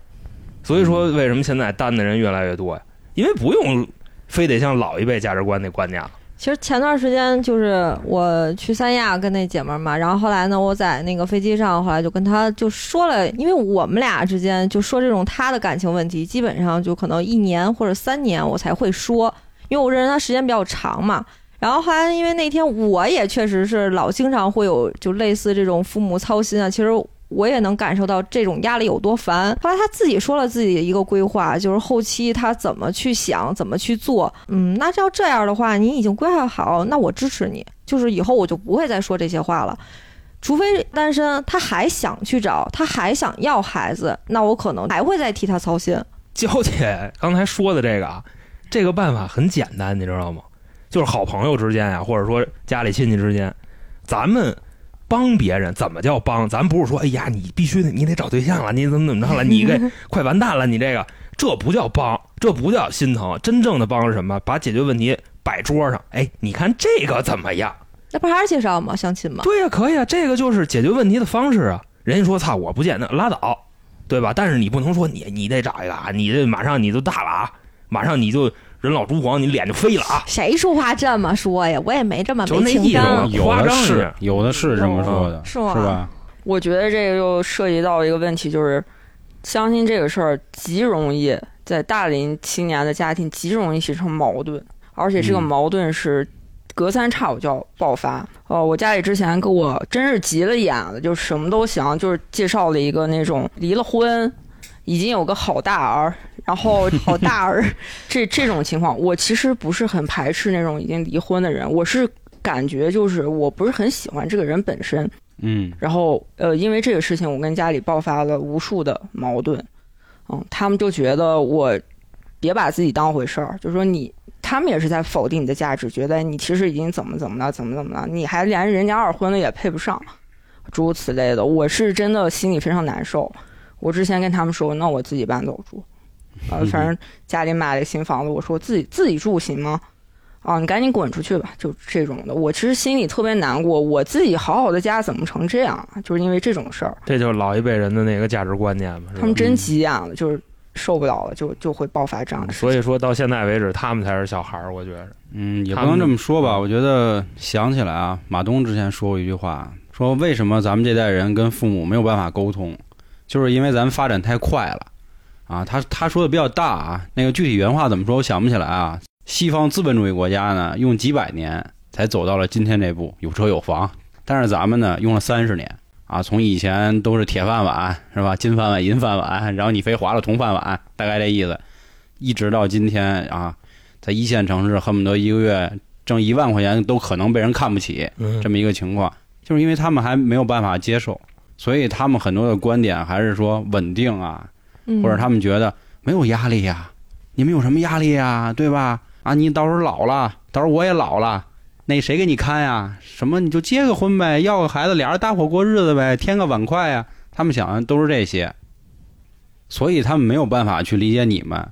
B: 所以说，为什么现在单的人越来越多呀？因为不用非得像老一辈价值观那观念了。
C: 其实前段时间就是我去三亚跟那姐们儿嘛，然后后来呢，我在那个飞机上，后来就跟她就说了，因为我们俩之间就说这种她的感情问题，基本上就可能一年或者三年我才会说，因为我认识她时间比较长嘛。然后后来因为那天我也确实是老经常会有就类似这种父母操心啊，其实我也能感受到这种压力有多烦。后来他自己说了自己的一个规划，就是后期他怎么去想，怎么去做。嗯，那要这样的话，你已经规划好，那我支持你，就是以后我就不会再说这些话了。除非单身，他还想去找，他还想要孩子，那我可能还会再替他操心。
B: 娇姐刚才说的这个啊，这个办法很简单，你知道吗？就是好朋友之间呀、或者说家里亲戚之间，咱们帮别人怎么叫帮？咱不是说哎呀，你必须得你得找对象了，你怎么怎么着了，你这快完蛋了，你这个这不叫帮，这不叫心疼。真正的帮是什么？把解决问题摆桌上，哎，你看这个怎么样？
C: 那不还是介绍吗？相亲吗？
B: 对呀、可以啊，这个就是解决问题的方式啊。人家说操，我不见那拉倒，对吧？但是你不能说你你得找一个啊，你这马上你就大了啊，马上你就人老珠黄，你脸就飞了 啊。
C: 谁说话这么说呀？我也没这么
B: 就
C: 没
B: 那
C: 情
B: 意思
C: 商啊
B: 嘛。
A: 有
B: 夸
A: 的
B: 张一
A: 是
B: 点，
A: 有的是这么说的，
C: 是吗
A: 是吧？
D: 我觉得这个又涉及到一个问题，就是相亲这个事儿极容易在大龄青年的家庭极容易形成矛盾，而且这个
A: 嗯
D: 矛盾是隔三差五就要爆发。呃，我家里之前给我真是急了眼了，就什么都行，就是介绍了一个那种离了婚。已经有个好大儿，然后好大儿，这这种情况，我其实不是很排斥那种已经离婚的人，我是感觉就是我不是很喜欢这个人本身，
A: 嗯，
D: 然后呃，因为这个事情，我跟家里爆发了无数的矛盾。嗯，他们就觉得我别把自己当回事儿，就说你，他们也是在否定你的价值，觉得你其实已经怎么怎么了，怎么怎么了，你还连人家二婚的也配不上，诸如此类的。我是真的心里非常难受。我之前跟他们说，那我自己搬走住，呃，反正家里买了新房子，我说自己自己住行吗？啊，你赶紧滚出去吧，就这种的。我其实心里特别难过，我自己好好的家怎么成这样啊？就是因为这种事儿。
B: 这就是老一辈人的那个价值观念嘛。是吧嗯
D: 他们真急眼了，就是受不了了，就就会爆发这样的事情。
B: 所以说到现在为止，他们才是小孩儿，我觉着。
A: 嗯，也不
B: 他们
A: 能这么说吧。我觉得想起来啊，马东之前说过一句话，说为什么咱们这代人跟父母没有办法沟通，就是因为咱们发展太快了啊。他他说的比较大啊，那个具体原话怎么说我想不起来啊。西方资本主义国家呢，用几百年才走到了今天这步，有车有房，但是咱们呢，用了三十年啊，从以前都是铁饭碗是吧，金饭碗、银饭碗，然后你非划了铜饭碗，大概这意思，一直到今天啊，在一线城市恨不得一个月挣一万块钱都可能被人看不起，
B: 嗯
A: 这么一个情况，就是因为他们还没有办法接受，所以他们很多的观点还是说稳定啊，
C: 嗯
A: 或者他们觉得没有压力呀、你们有什么压力呀、对吧？啊，你到时候老了，到时候我也老了，那谁给你看呀？什么你就结个婚呗，要个孩子，俩人搭伙过日子呗，添个碗筷呀。他们想的都是这些，所以他们没有办法去理解你们，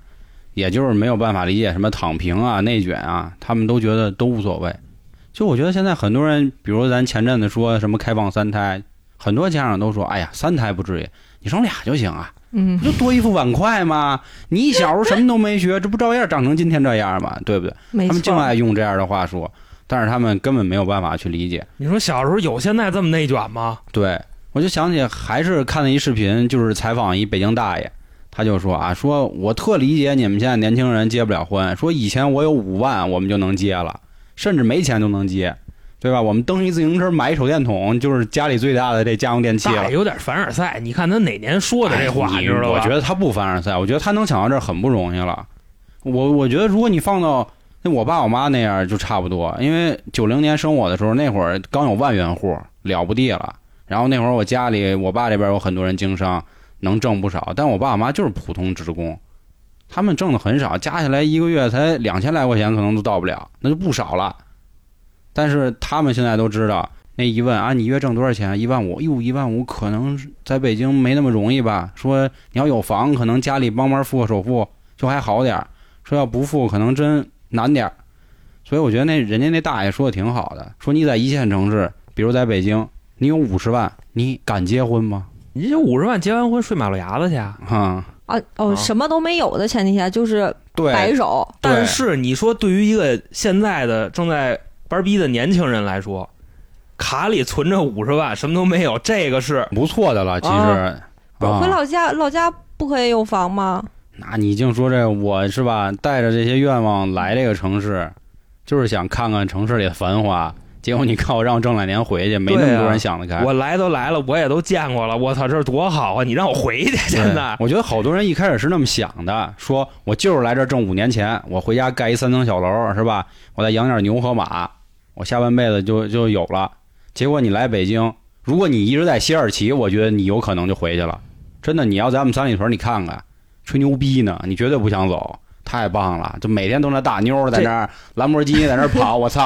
A: 也就是没有办法理解什么躺平啊、内卷啊，他们都觉得都无所谓。就我觉得现在很多人，比如咱前阵子说什么开放三胎，很多家长都说：“哎呀，三胎不至于，你生俩就行啊。”
C: 嗯
A: 不就多一副碗筷吗？你小时候什么都没学，这不照样长成今天这样吗？对不对？
C: 没
A: 他们
C: 错
A: 净，爱用这样的话说，但是他们根本没有办法去理解。
B: 你说小时候有现在这么内卷吗？
A: 对我就想起还是看了一视频，就是采访一北京大爷，他就说啊，说我特理解你们现在年轻人结不了婚，说以前我有五万我们就能结了，甚至没钱都能结。对吧？我们蹬一自行车，买一手电筒，就是家里最大的这家用电器
B: 大
A: 了
B: 爷。有点凡尔赛，你看他哪年说的这话，
A: 哎
B: 你知道吧？
A: 我觉得他不凡尔赛，我觉得他能想到这儿很不容易了。我我觉得如果你放到那我爸我妈那样就差不多，因为九零年生我的时候，那会儿刚有万元户，了不地了。然后那会儿我家里我爸这边有很多人经商，能挣不少，但我爸我妈就是普通职工，他们挣的很少，加起来一个月才两千来块钱，可能都到不了，那就不少了。但是他们现在都知道，那一问啊，你月挣多少钱？一万五，哟，一万五可能是在北京没那么容易吧？说你要有房，可能家里帮忙付个首付就还好点儿；说要不付，可能真难点儿。所以我觉得那人家那大爷说的挺好的，说你在一线城市，比如在北京，你有五十万，你敢结婚吗？
B: 你这五十万结完婚睡马路牙子去啊，
A: 啊、
C: 啊哦，
B: 啊
C: 什么都没有的前提下就是白
A: 对，
C: 手，
B: 但是你说，对于一个现在的正在班逼的年轻人来说，卡里存着五十万，什么都没有，这个是
A: 不错的了，其实。
B: 啊
C: 不是
A: 啊
C: 回老家老家不可以有房吗？
A: 那你净说这我是吧？带着这些愿望来这个城市，就是想看看城市里的繁华。结果你看我让我挣两年回去，没那么多人想得开。
B: 我来都来了，我也都见过了，我操，这儿多好啊！你让我回去， 真的
A: 对，我觉得好多人一开始是那么想的，说我就是来这儿挣五年钱，我回家盖一三层小楼，是吧？我再养点牛和马，我下半辈子就就有了。结果你来北京，如果你一直在西二旗，我觉得你有可能就回去了。真的，你要咱们三里屯，你看看，吹牛逼呢，你绝对不想走。太棒了，就每天都那大妞儿在那儿，兰博基尼在那儿跑，我操！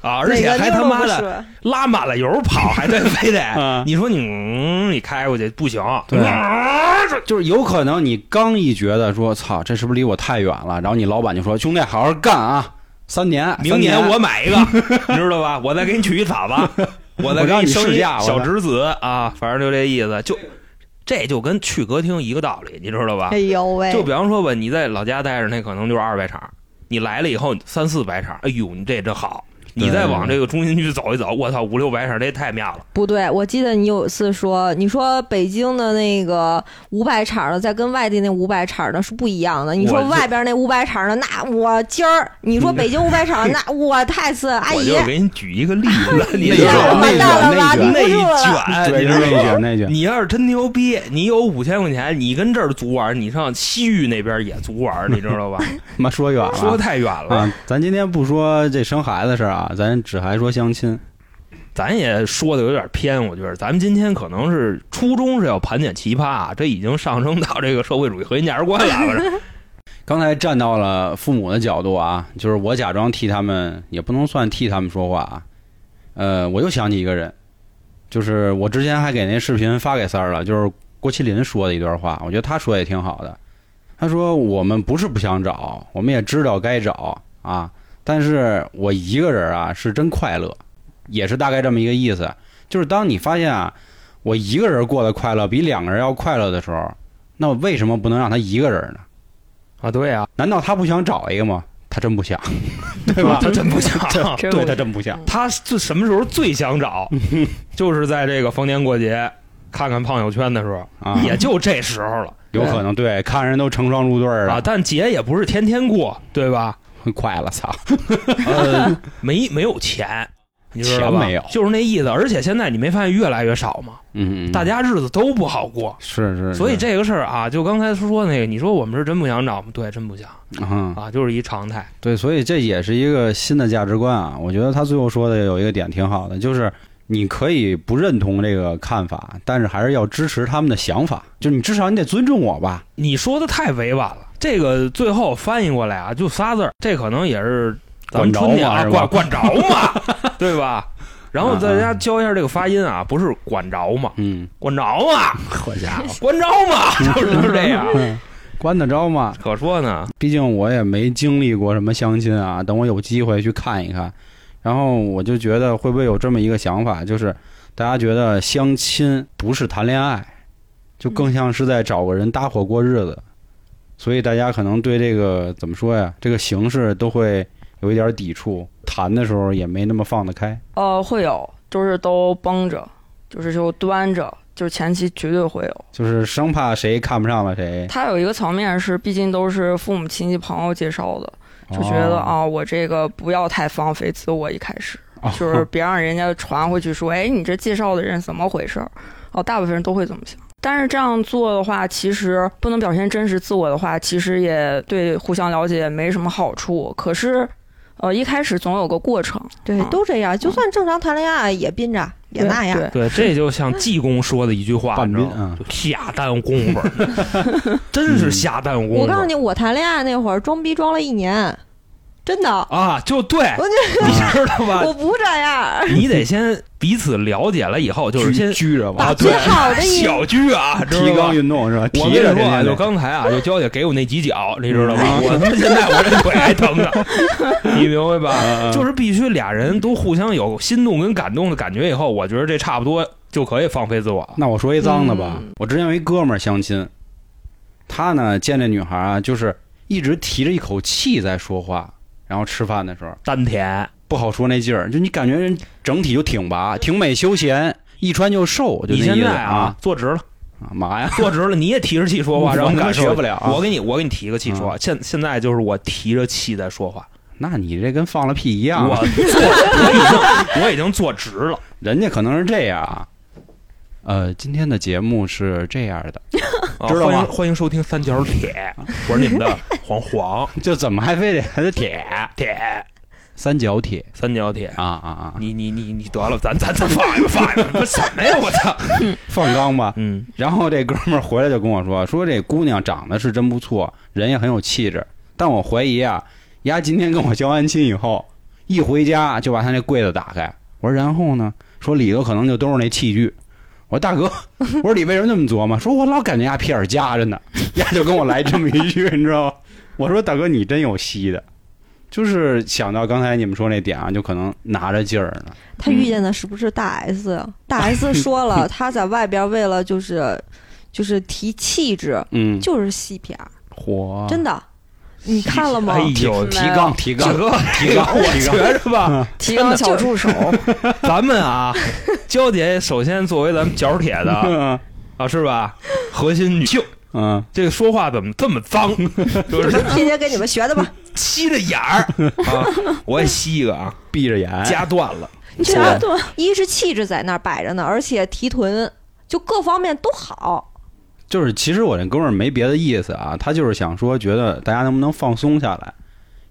B: 啊，而且还他妈的拉满了油跑，还得非得
A: 嗯，
B: 你说你嗯你开过去不行，嗯
A: 对就是有可能你刚一觉得说操，这是不是离我太远了？然后你老板就说兄弟，好好干啊，三年，
B: 明
A: 三
B: 年我买 一个，你知道吧？我再给你娶一嫂子，我再给
A: 让你
B: 生
A: 试
B: 一
A: 驾我
B: 小
A: 再
B: 侄子啊，反正就这意思，就这就跟去歌厅一个道理，你知道吧
C: 哎？呦喂，
B: 就比方说吧，你在老家待着，那可能就是二百场，你来了以后三四百场，哎呦，你这真好。你再往这个中心区走一走，我操，五六百场，这太妙了。
C: 不对，我记得你有一次说，你说北京的那个五百场的，在跟外地那五百场的是不一样的。你说
B: 我就
C: 外边那五百场的，那我今儿你说北京五百场， 那我太次，
A: 哎
C: 哎阿
B: 我
C: 姨
B: 就，给你举一个例子， 你
A: 内
B: 知
A: 卷
B: 道吗？
A: 内卷
C: 完蛋了吧？
A: 内卷
C: 顶不
B: 内
C: 住了。
B: 卷，
A: 对，
B: 你知
A: 那
B: 道吗？
A: 卷那卷，
B: 你要是真牛逼，你有五千块钱，你跟这儿足玩，你上西域那边也足玩，你知 道吧？
A: 妈说远
B: 说
A: 了
B: 太远了，
A: 啊！咱今天不说这生孩子事儿啊，咱只还说相亲。
B: 咱也说的有点偏，我觉得咱们今天可能是初衷是要盘点奇葩啊，这已经上升到这个社会主义核心价值观了我 这。
A: 刚才站到了父母的角度啊，就是我假装替他们，也不能算替他们说话啊。呃，我又想起一个人，就是我之前还给那视频发给三儿了，就是郭麒麟说的一段话，我觉得他说的也挺好的。他说：“我们不是不想找，我们也知道该找啊，但是我一个人啊是真快乐，也是大概这么一个意思。就是当你发现啊，我一个人过得快乐比两个人要快乐的时候，那我为什么不能让他一个人呢？”
B: 啊，对啊，
A: 难道他不想找一个吗？他真不 想，对 吧？
B: 他真不想。
D: 真
A: 对
D: 不
A: 他真不想。
B: 他是什么时候最想 找？就是在这个逢年过节看看胖友圈的时候，
A: 啊，
B: 也就这时候了
A: 有可能对，看人都成双入对
B: 啊。
A: 了，
B: 但节也不是天天过，对吧？
A: 快了，操！
B: 呃，没没有钱，你知道吧？
A: 钱没有
B: 就是那意思。而且现在你没发现越来越少吗？
A: 嗯，嗯
B: 大家日子都不好过，
A: 是是，
B: 所以
A: 是
B: 这个事儿啊，就刚才说那个，你说我们是真不想找吗？对，真不想
A: 嗯，
B: 啊，就是一常态。
A: 对，所以这也是一个新的价值观啊。我觉得他最后说的有一个点挺好的，就是你可以不认同这个看法，但是还是要支持他们的想法，就你至少你得尊重我吧。
B: 你说的太委婉了，这个最后翻译过来啊，就仨字儿，这可能也是咱
A: 管着
B: 春天啊，
A: 嘛是吧
B: 管管着 嘛，对吧？然后大家教一下这个发音啊，不是管着嘛，
A: 嗯，
B: 管着嘛，
A: 好家伙，
B: 管着嘛， 就是这 样。
A: 关得着吗？
B: 可说呢，
A: 毕竟我也没经历过什么相亲啊，等我有机会去看一看。然后我就觉得会不会有这么一个想法，就是大家觉得相亲不是谈恋爱，就更像是在找个人搭伙过日子，所以大家可能对这个怎么说呀，这个形式都会有一点抵触，谈的时候也没那么放得开。
D: 呃，会有，就是都绷着，就是就端着，就是前期绝对会有。
A: 就是生怕谁看不上了谁，
D: 它有一个层面是，毕竟都是父母亲戚朋友介绍的，就觉得
A: 哦，
D: 啊、我这个不要太放飞自我，一开始
A: 哦
D: 啊就是别让人家传回去说，哎，你这介绍的人怎么回事儿？哦，大部分人都会这么想。但是这样做的话，其实不能表现真实自我的话，其实也对互相了解没什么好处。可是，呃，一开始总有个过程，
C: 对，都这样，就算正常谈恋爱也憋着，也
D: 对
C: 那样。
D: 对，
B: 嗯对，这就像济公说的一句话，
A: 半
B: 你
A: 斤嗯
B: 知道吗？就下蛋功夫儿， 真是下蛋功夫儿。
C: 我告诉你，我谈恋爱那会儿装逼装了一年，真的，
B: 啊，就对，
C: 我
B: 你知道吧？
C: 我不这样。
B: 你得先彼此了解了以后，就是先
A: 拘着吧，
B: 啊，
C: 把
B: 对
C: 最好，的一
B: 小 鞠啊，知
A: 提
B: 道吧
A: 纲？运动是吧？
B: 我
A: 提
B: 跟
A: 着
B: 你
A: 这
B: 说啊，
A: 些
B: 就刚才啊，就娇姐给我那几脚，你知道
A: 嗯
B: 吗？我他妈现在我这腿还 疼呢，你明白
A: 呃嗯
B: 吧？ 就是必须俩人都互相有心动跟感动的感觉以后，我觉得这差不多就可以放飞自我了。
A: 那我说一脏的吧，
D: 嗯
A: 我之前有一哥们儿相亲，他呢见这女孩啊，就是一直提着一口气在说话，然后吃饭的时候
B: 丹田，
A: 不好说那劲儿，就你感觉人整体就挺拔，挺美休闲，一穿就瘦，就
B: 你
A: 那
B: 现
A: 意思
B: 在
A: 啊，
B: 坐直了，
A: 啊嘛呀，
B: 坐直了，你也提着气说话，
A: 我
B: 让
A: 他妈
B: 感受
A: 学不了啊
B: 我给你，我给你提个气说话。现现在就是我提着气在说话，
A: 那你这跟放了屁一样啊
B: 我，做，我已经我已经做直了。
A: 人家可能是这样啊。呃，今天的节目是这样的，
B: 啊
A: 知道吗
B: 欢迎欢迎收听三角铁，我是你们的黄黄
A: 就怎么还非得还得铁
B: 铁
A: 三角铁
B: 三角铁。
A: 啊啊啊，
B: 你你你你得了，咱咱咱放一个放一个，什么呀？我操！
A: 放缸吧。
B: 嗯，
A: 然后这哥们儿回来就跟我说，说这姑娘长得是真不错，人也很有气质，但我怀疑啊，丫今天跟我相完亲以后，一回家就把他那柜子打开，我说然后呢？说里头可能就都是那器具。我说大哥，我说你为什么这么琢磨？说我老感觉丫屁眼夹着呢，丫就跟我来这么一句，你知道吗？我说大哥，你真有戏的，就是想到刚才你们说那点啊，就可能拿着劲儿呢。
C: 他遇见的是不是大 S 呀？大 S 说
A: 嗯
C: 了，他在外边为了就是就是提气质，
A: 嗯，啊
C: 就是细皮儿，
A: 火
C: 真的。你看了吗
B: 哎？呦，
A: 提纲提
B: 这
A: 纲
B: 个
A: 提纲，
B: 我
A: 提纲
B: 觉着吧，
D: 提纲小助手，
B: 咱们啊，娇姐首先作为咱们角铁的
A: 嗯
B: 啊，是吧？核心女性，
A: 嗯。
B: 这个说话怎么这么脏？就是
C: 天天跟你们学的 吧？
B: 吸着眼儿啊！我也吸一个啊，
A: 闭着眼，
B: 夹断了。
C: 你想
D: 加
C: 想，
D: 顿
C: 一是气质在那儿摆着呢，而且提臀，就各方面都好。
A: 就是其实我这哥们儿没别的意思啊，他就是想说，觉得大家能不能放松下来，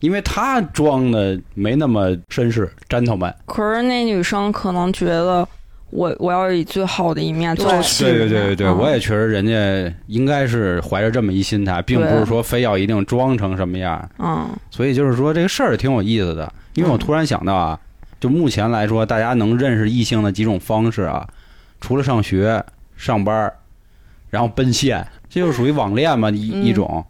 A: 因为他装的没那么绅士，gentleman。
D: 可是那女生可能觉得我我要以最好的一面，最好气质
A: 对对对对对，
D: 嗯
A: 我也确实，人家应该是怀着这么一心态，并不是说非要一定装成什么样。
D: 嗯，
A: 所以就是说，这个事儿挺有意思的，因为我突然想到啊，就目前来说，大家能认识异性的几种方式啊，除了上学、上班儿，然后奔现，这就属于网恋嘛一、
D: 嗯
A: 一种，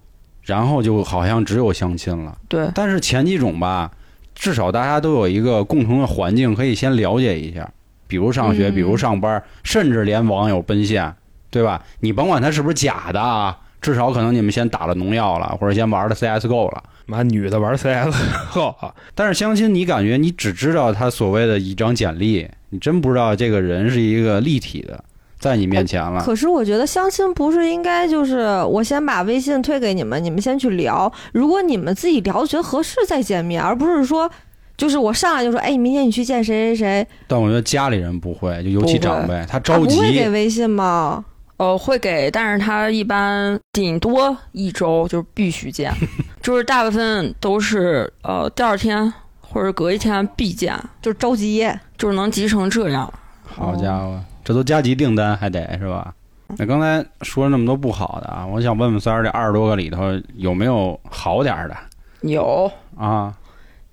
A: 然后就好像只有相亲了。
D: 对，
A: 但是前几种吧，至少大家都有一个共同的环境，可以先了解一下，比如上学，
D: 嗯
A: 比如上班，甚至连网友奔现，对吧？你甭管他是不是假的啊，至少可能你们先打了农药了，或者先玩了 CSGO 了。
B: 妈，女的玩 CS 后啊，
A: 但是相亲，你感觉你只知道他所谓的一张简历，你真不知道这个人是一个立体的，在你面前了。
C: 可是我觉得相亲不是应该就是我先把微信推给你们，你们先去聊，如果你们自己聊觉得合适再见面，而不是说就是我上来就说，哎，明天你去见谁谁谁，
A: 但我觉得家里人不会，就尤其
D: 不会
A: 长辈，他
C: 他
A: 着
C: 啊不会给
A: 急，
C: 微信吗？
D: 呃，会给，但是他一般顶多一周就是必 须见，就是大部分都是呃第二天或者隔一天必见，
C: 就是着急。
D: 就是能急成这样。
A: 好家伙，这都加急订单还得是吧？那刚才说了那么多不好的啊，我想问问三儿，这二十多个里头有没有好点儿的
D: 嗯有
A: 啊？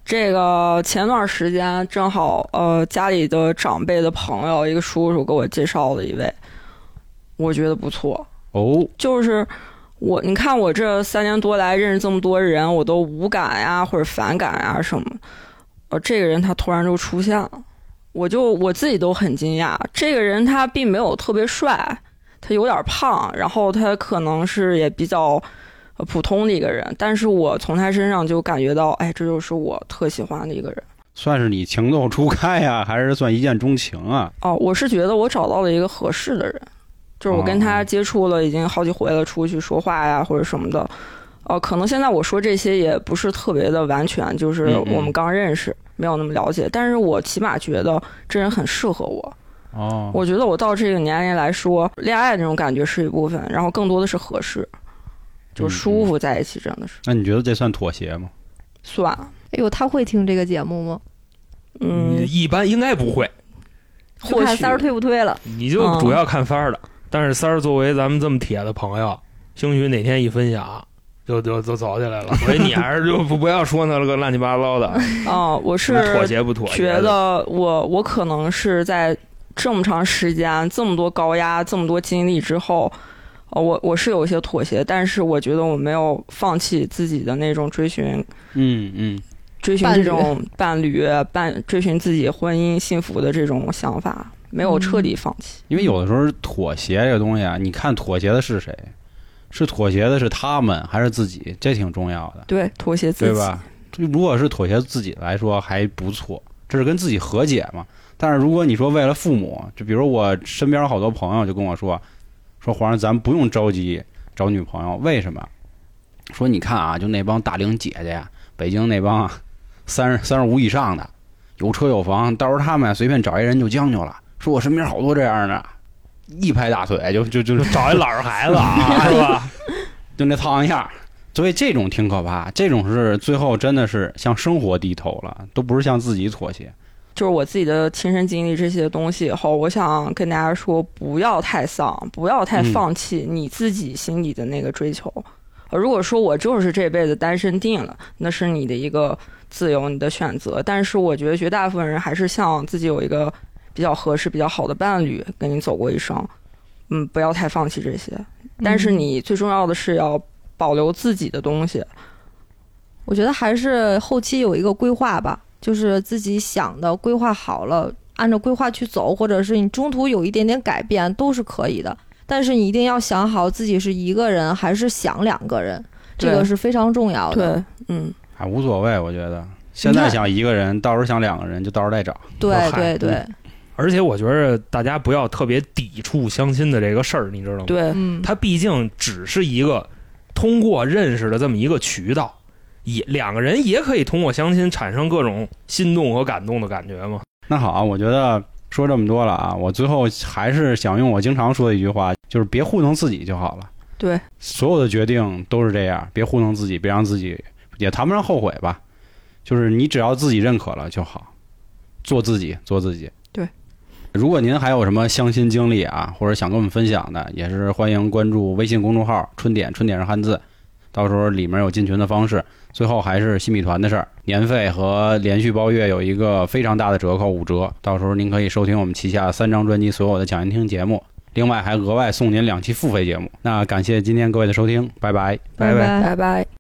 D: 这个前段时间正好呃家里的长辈的朋友一个叔叔给我介绍了一位，我觉得不错，
A: 哦，
D: 就是我，你看我这三年多来认识这么多人，我都无感呀或者反感呀什么，呃，这个人他突然就出现了，我就我自己都很惊讶。这个人他并没有特别帅，他有点胖，然后他可能是也比较。呃普通的一个人，但是我从他身上就感觉到，哎，这就是我特喜欢的一个人
A: 算是你情窦初开呀、还是算一见钟情啊？
D: 哦。我是觉得我找到了一个合适的人，就是我跟他接触了已经好几回了，出去说话呀或者什么的。哦，可能现在我说这些也不是特别的完全，就是
A: 嗯嗯
D: 我们刚认识，没有那么了解。但是我起码觉得这人很适合我。
A: 哦，
D: 我觉得我到这个年龄来说，恋爱那种感觉是一部分，然后更多的是合适，就舒服在一起，真的是
A: 那你觉得这算妥协吗？
D: 算。
C: 哎呦，他会听这个节目吗？
D: 嗯，
B: 一般应该不会，
C: 就
D: 或
C: 看
D: 许
C: 三儿推不推了。
B: 你就主要看三儿的。
D: 哦
B: 但是三儿作为咱们这么铁的朋友，兴许哪天一分享。就就就走起来 了，所以你还是就不不要说那个乱七八糟的，
D: 哦，我
B: 什
D: 是
B: 么妥协不妥协
D: 觉
B: 的？
D: 得我我可能是在这么长时间、这么多高压、这么多经历之后，呃，我我是有一些妥协，但是我觉得我没有放弃自己的那种追寻，
A: 嗯嗯，
D: 追寻
C: 伴
D: 这
C: 侣
D: 种伴侣、伴追寻自己婚姻幸福的这种想法，没有
C: 嗯
D: 彻底放弃。
A: 因为有的时候妥协这个东西啊，你看妥协的是谁，是妥协的是他们还是自己，这挺重要的，
D: 对，妥协自
A: 对
D: 己。
A: 吧？这如果是妥协自己来说还不错，这是跟自己和解嘛。但是如果你说为了父母，就比如我身边好多朋友就跟我说，说皇上咱不用着急找女朋友，为什么？说你看啊，就那帮大龄姐姐呀，北京那帮啊， 三十三十五以上的，有车有房，到时候他们随便找一人就将就了。说我身边好多这样的，一拍大腿就就就
B: 就找一老实孩子 啊，是吧？
A: 就那套样儿。所以这种挺可怕，这种是最后真的是向生活低头了，都不是向自己妥协。
D: 就是我自己的亲身经历这些东西以后，我想跟大家说，不要太丧，不要太放弃你自己心里的那个追求。呃如果说我就是这辈子单身定了，那是你的一个自由，你的选择。但是我觉得绝大部分人还是希望自己有一个比较合适、比较好的伴侣跟你走过一生。嗯，不要太放弃这些，但是你最重要的是要保留自己的东西。
C: 我觉得还是后期有一个规划吧，就是自己想的规划好了，按照规划去走，或者是你中途有一点点改变都是可以的。但是你一定要想好自己是一个人还是想两个人，这
D: 对
C: 个是非常重要的。
D: 对，嗯，
A: 啊，无所谓，我觉得现在想一个人，到时候想两个人，就到时候再找。
C: 对
B: 嗨
C: 对对，
B: 而且我觉着大家不要特别抵触相亲的这个事儿，你知道吗？
D: 对，
C: 嗯，
B: 它毕竟只是一个通过认识的这么一个渠道，也两个人也可以通过相亲产生各种心动和感动的感觉嘛。
A: 那好啊，我觉得说这么多了啊，我最后还是想用我经常说的一句话，就是别糊弄自己就好了。
D: 对，
A: 所有的决定都是这样，别糊弄自己，别让自己也谈不上后悔吧。就是你只要自己认可了就好，做自己，做自己。
D: 对。
A: 如果您还有什么相亲经历啊，或者想跟我们分享的，也是欢迎关注微信公众号“春点”，春点是汉字，到时候里面有进群的方式。最后还是新米团的事儿，年费和连续包月有一个非常大的折扣，五折。到时候您可以收听我们旗下三张专辑所有的抢先听节目，另外还额外送您两期付费节目。那感谢今天各位的收听，拜拜。
B: 拜拜
C: 拜
D: 拜拜。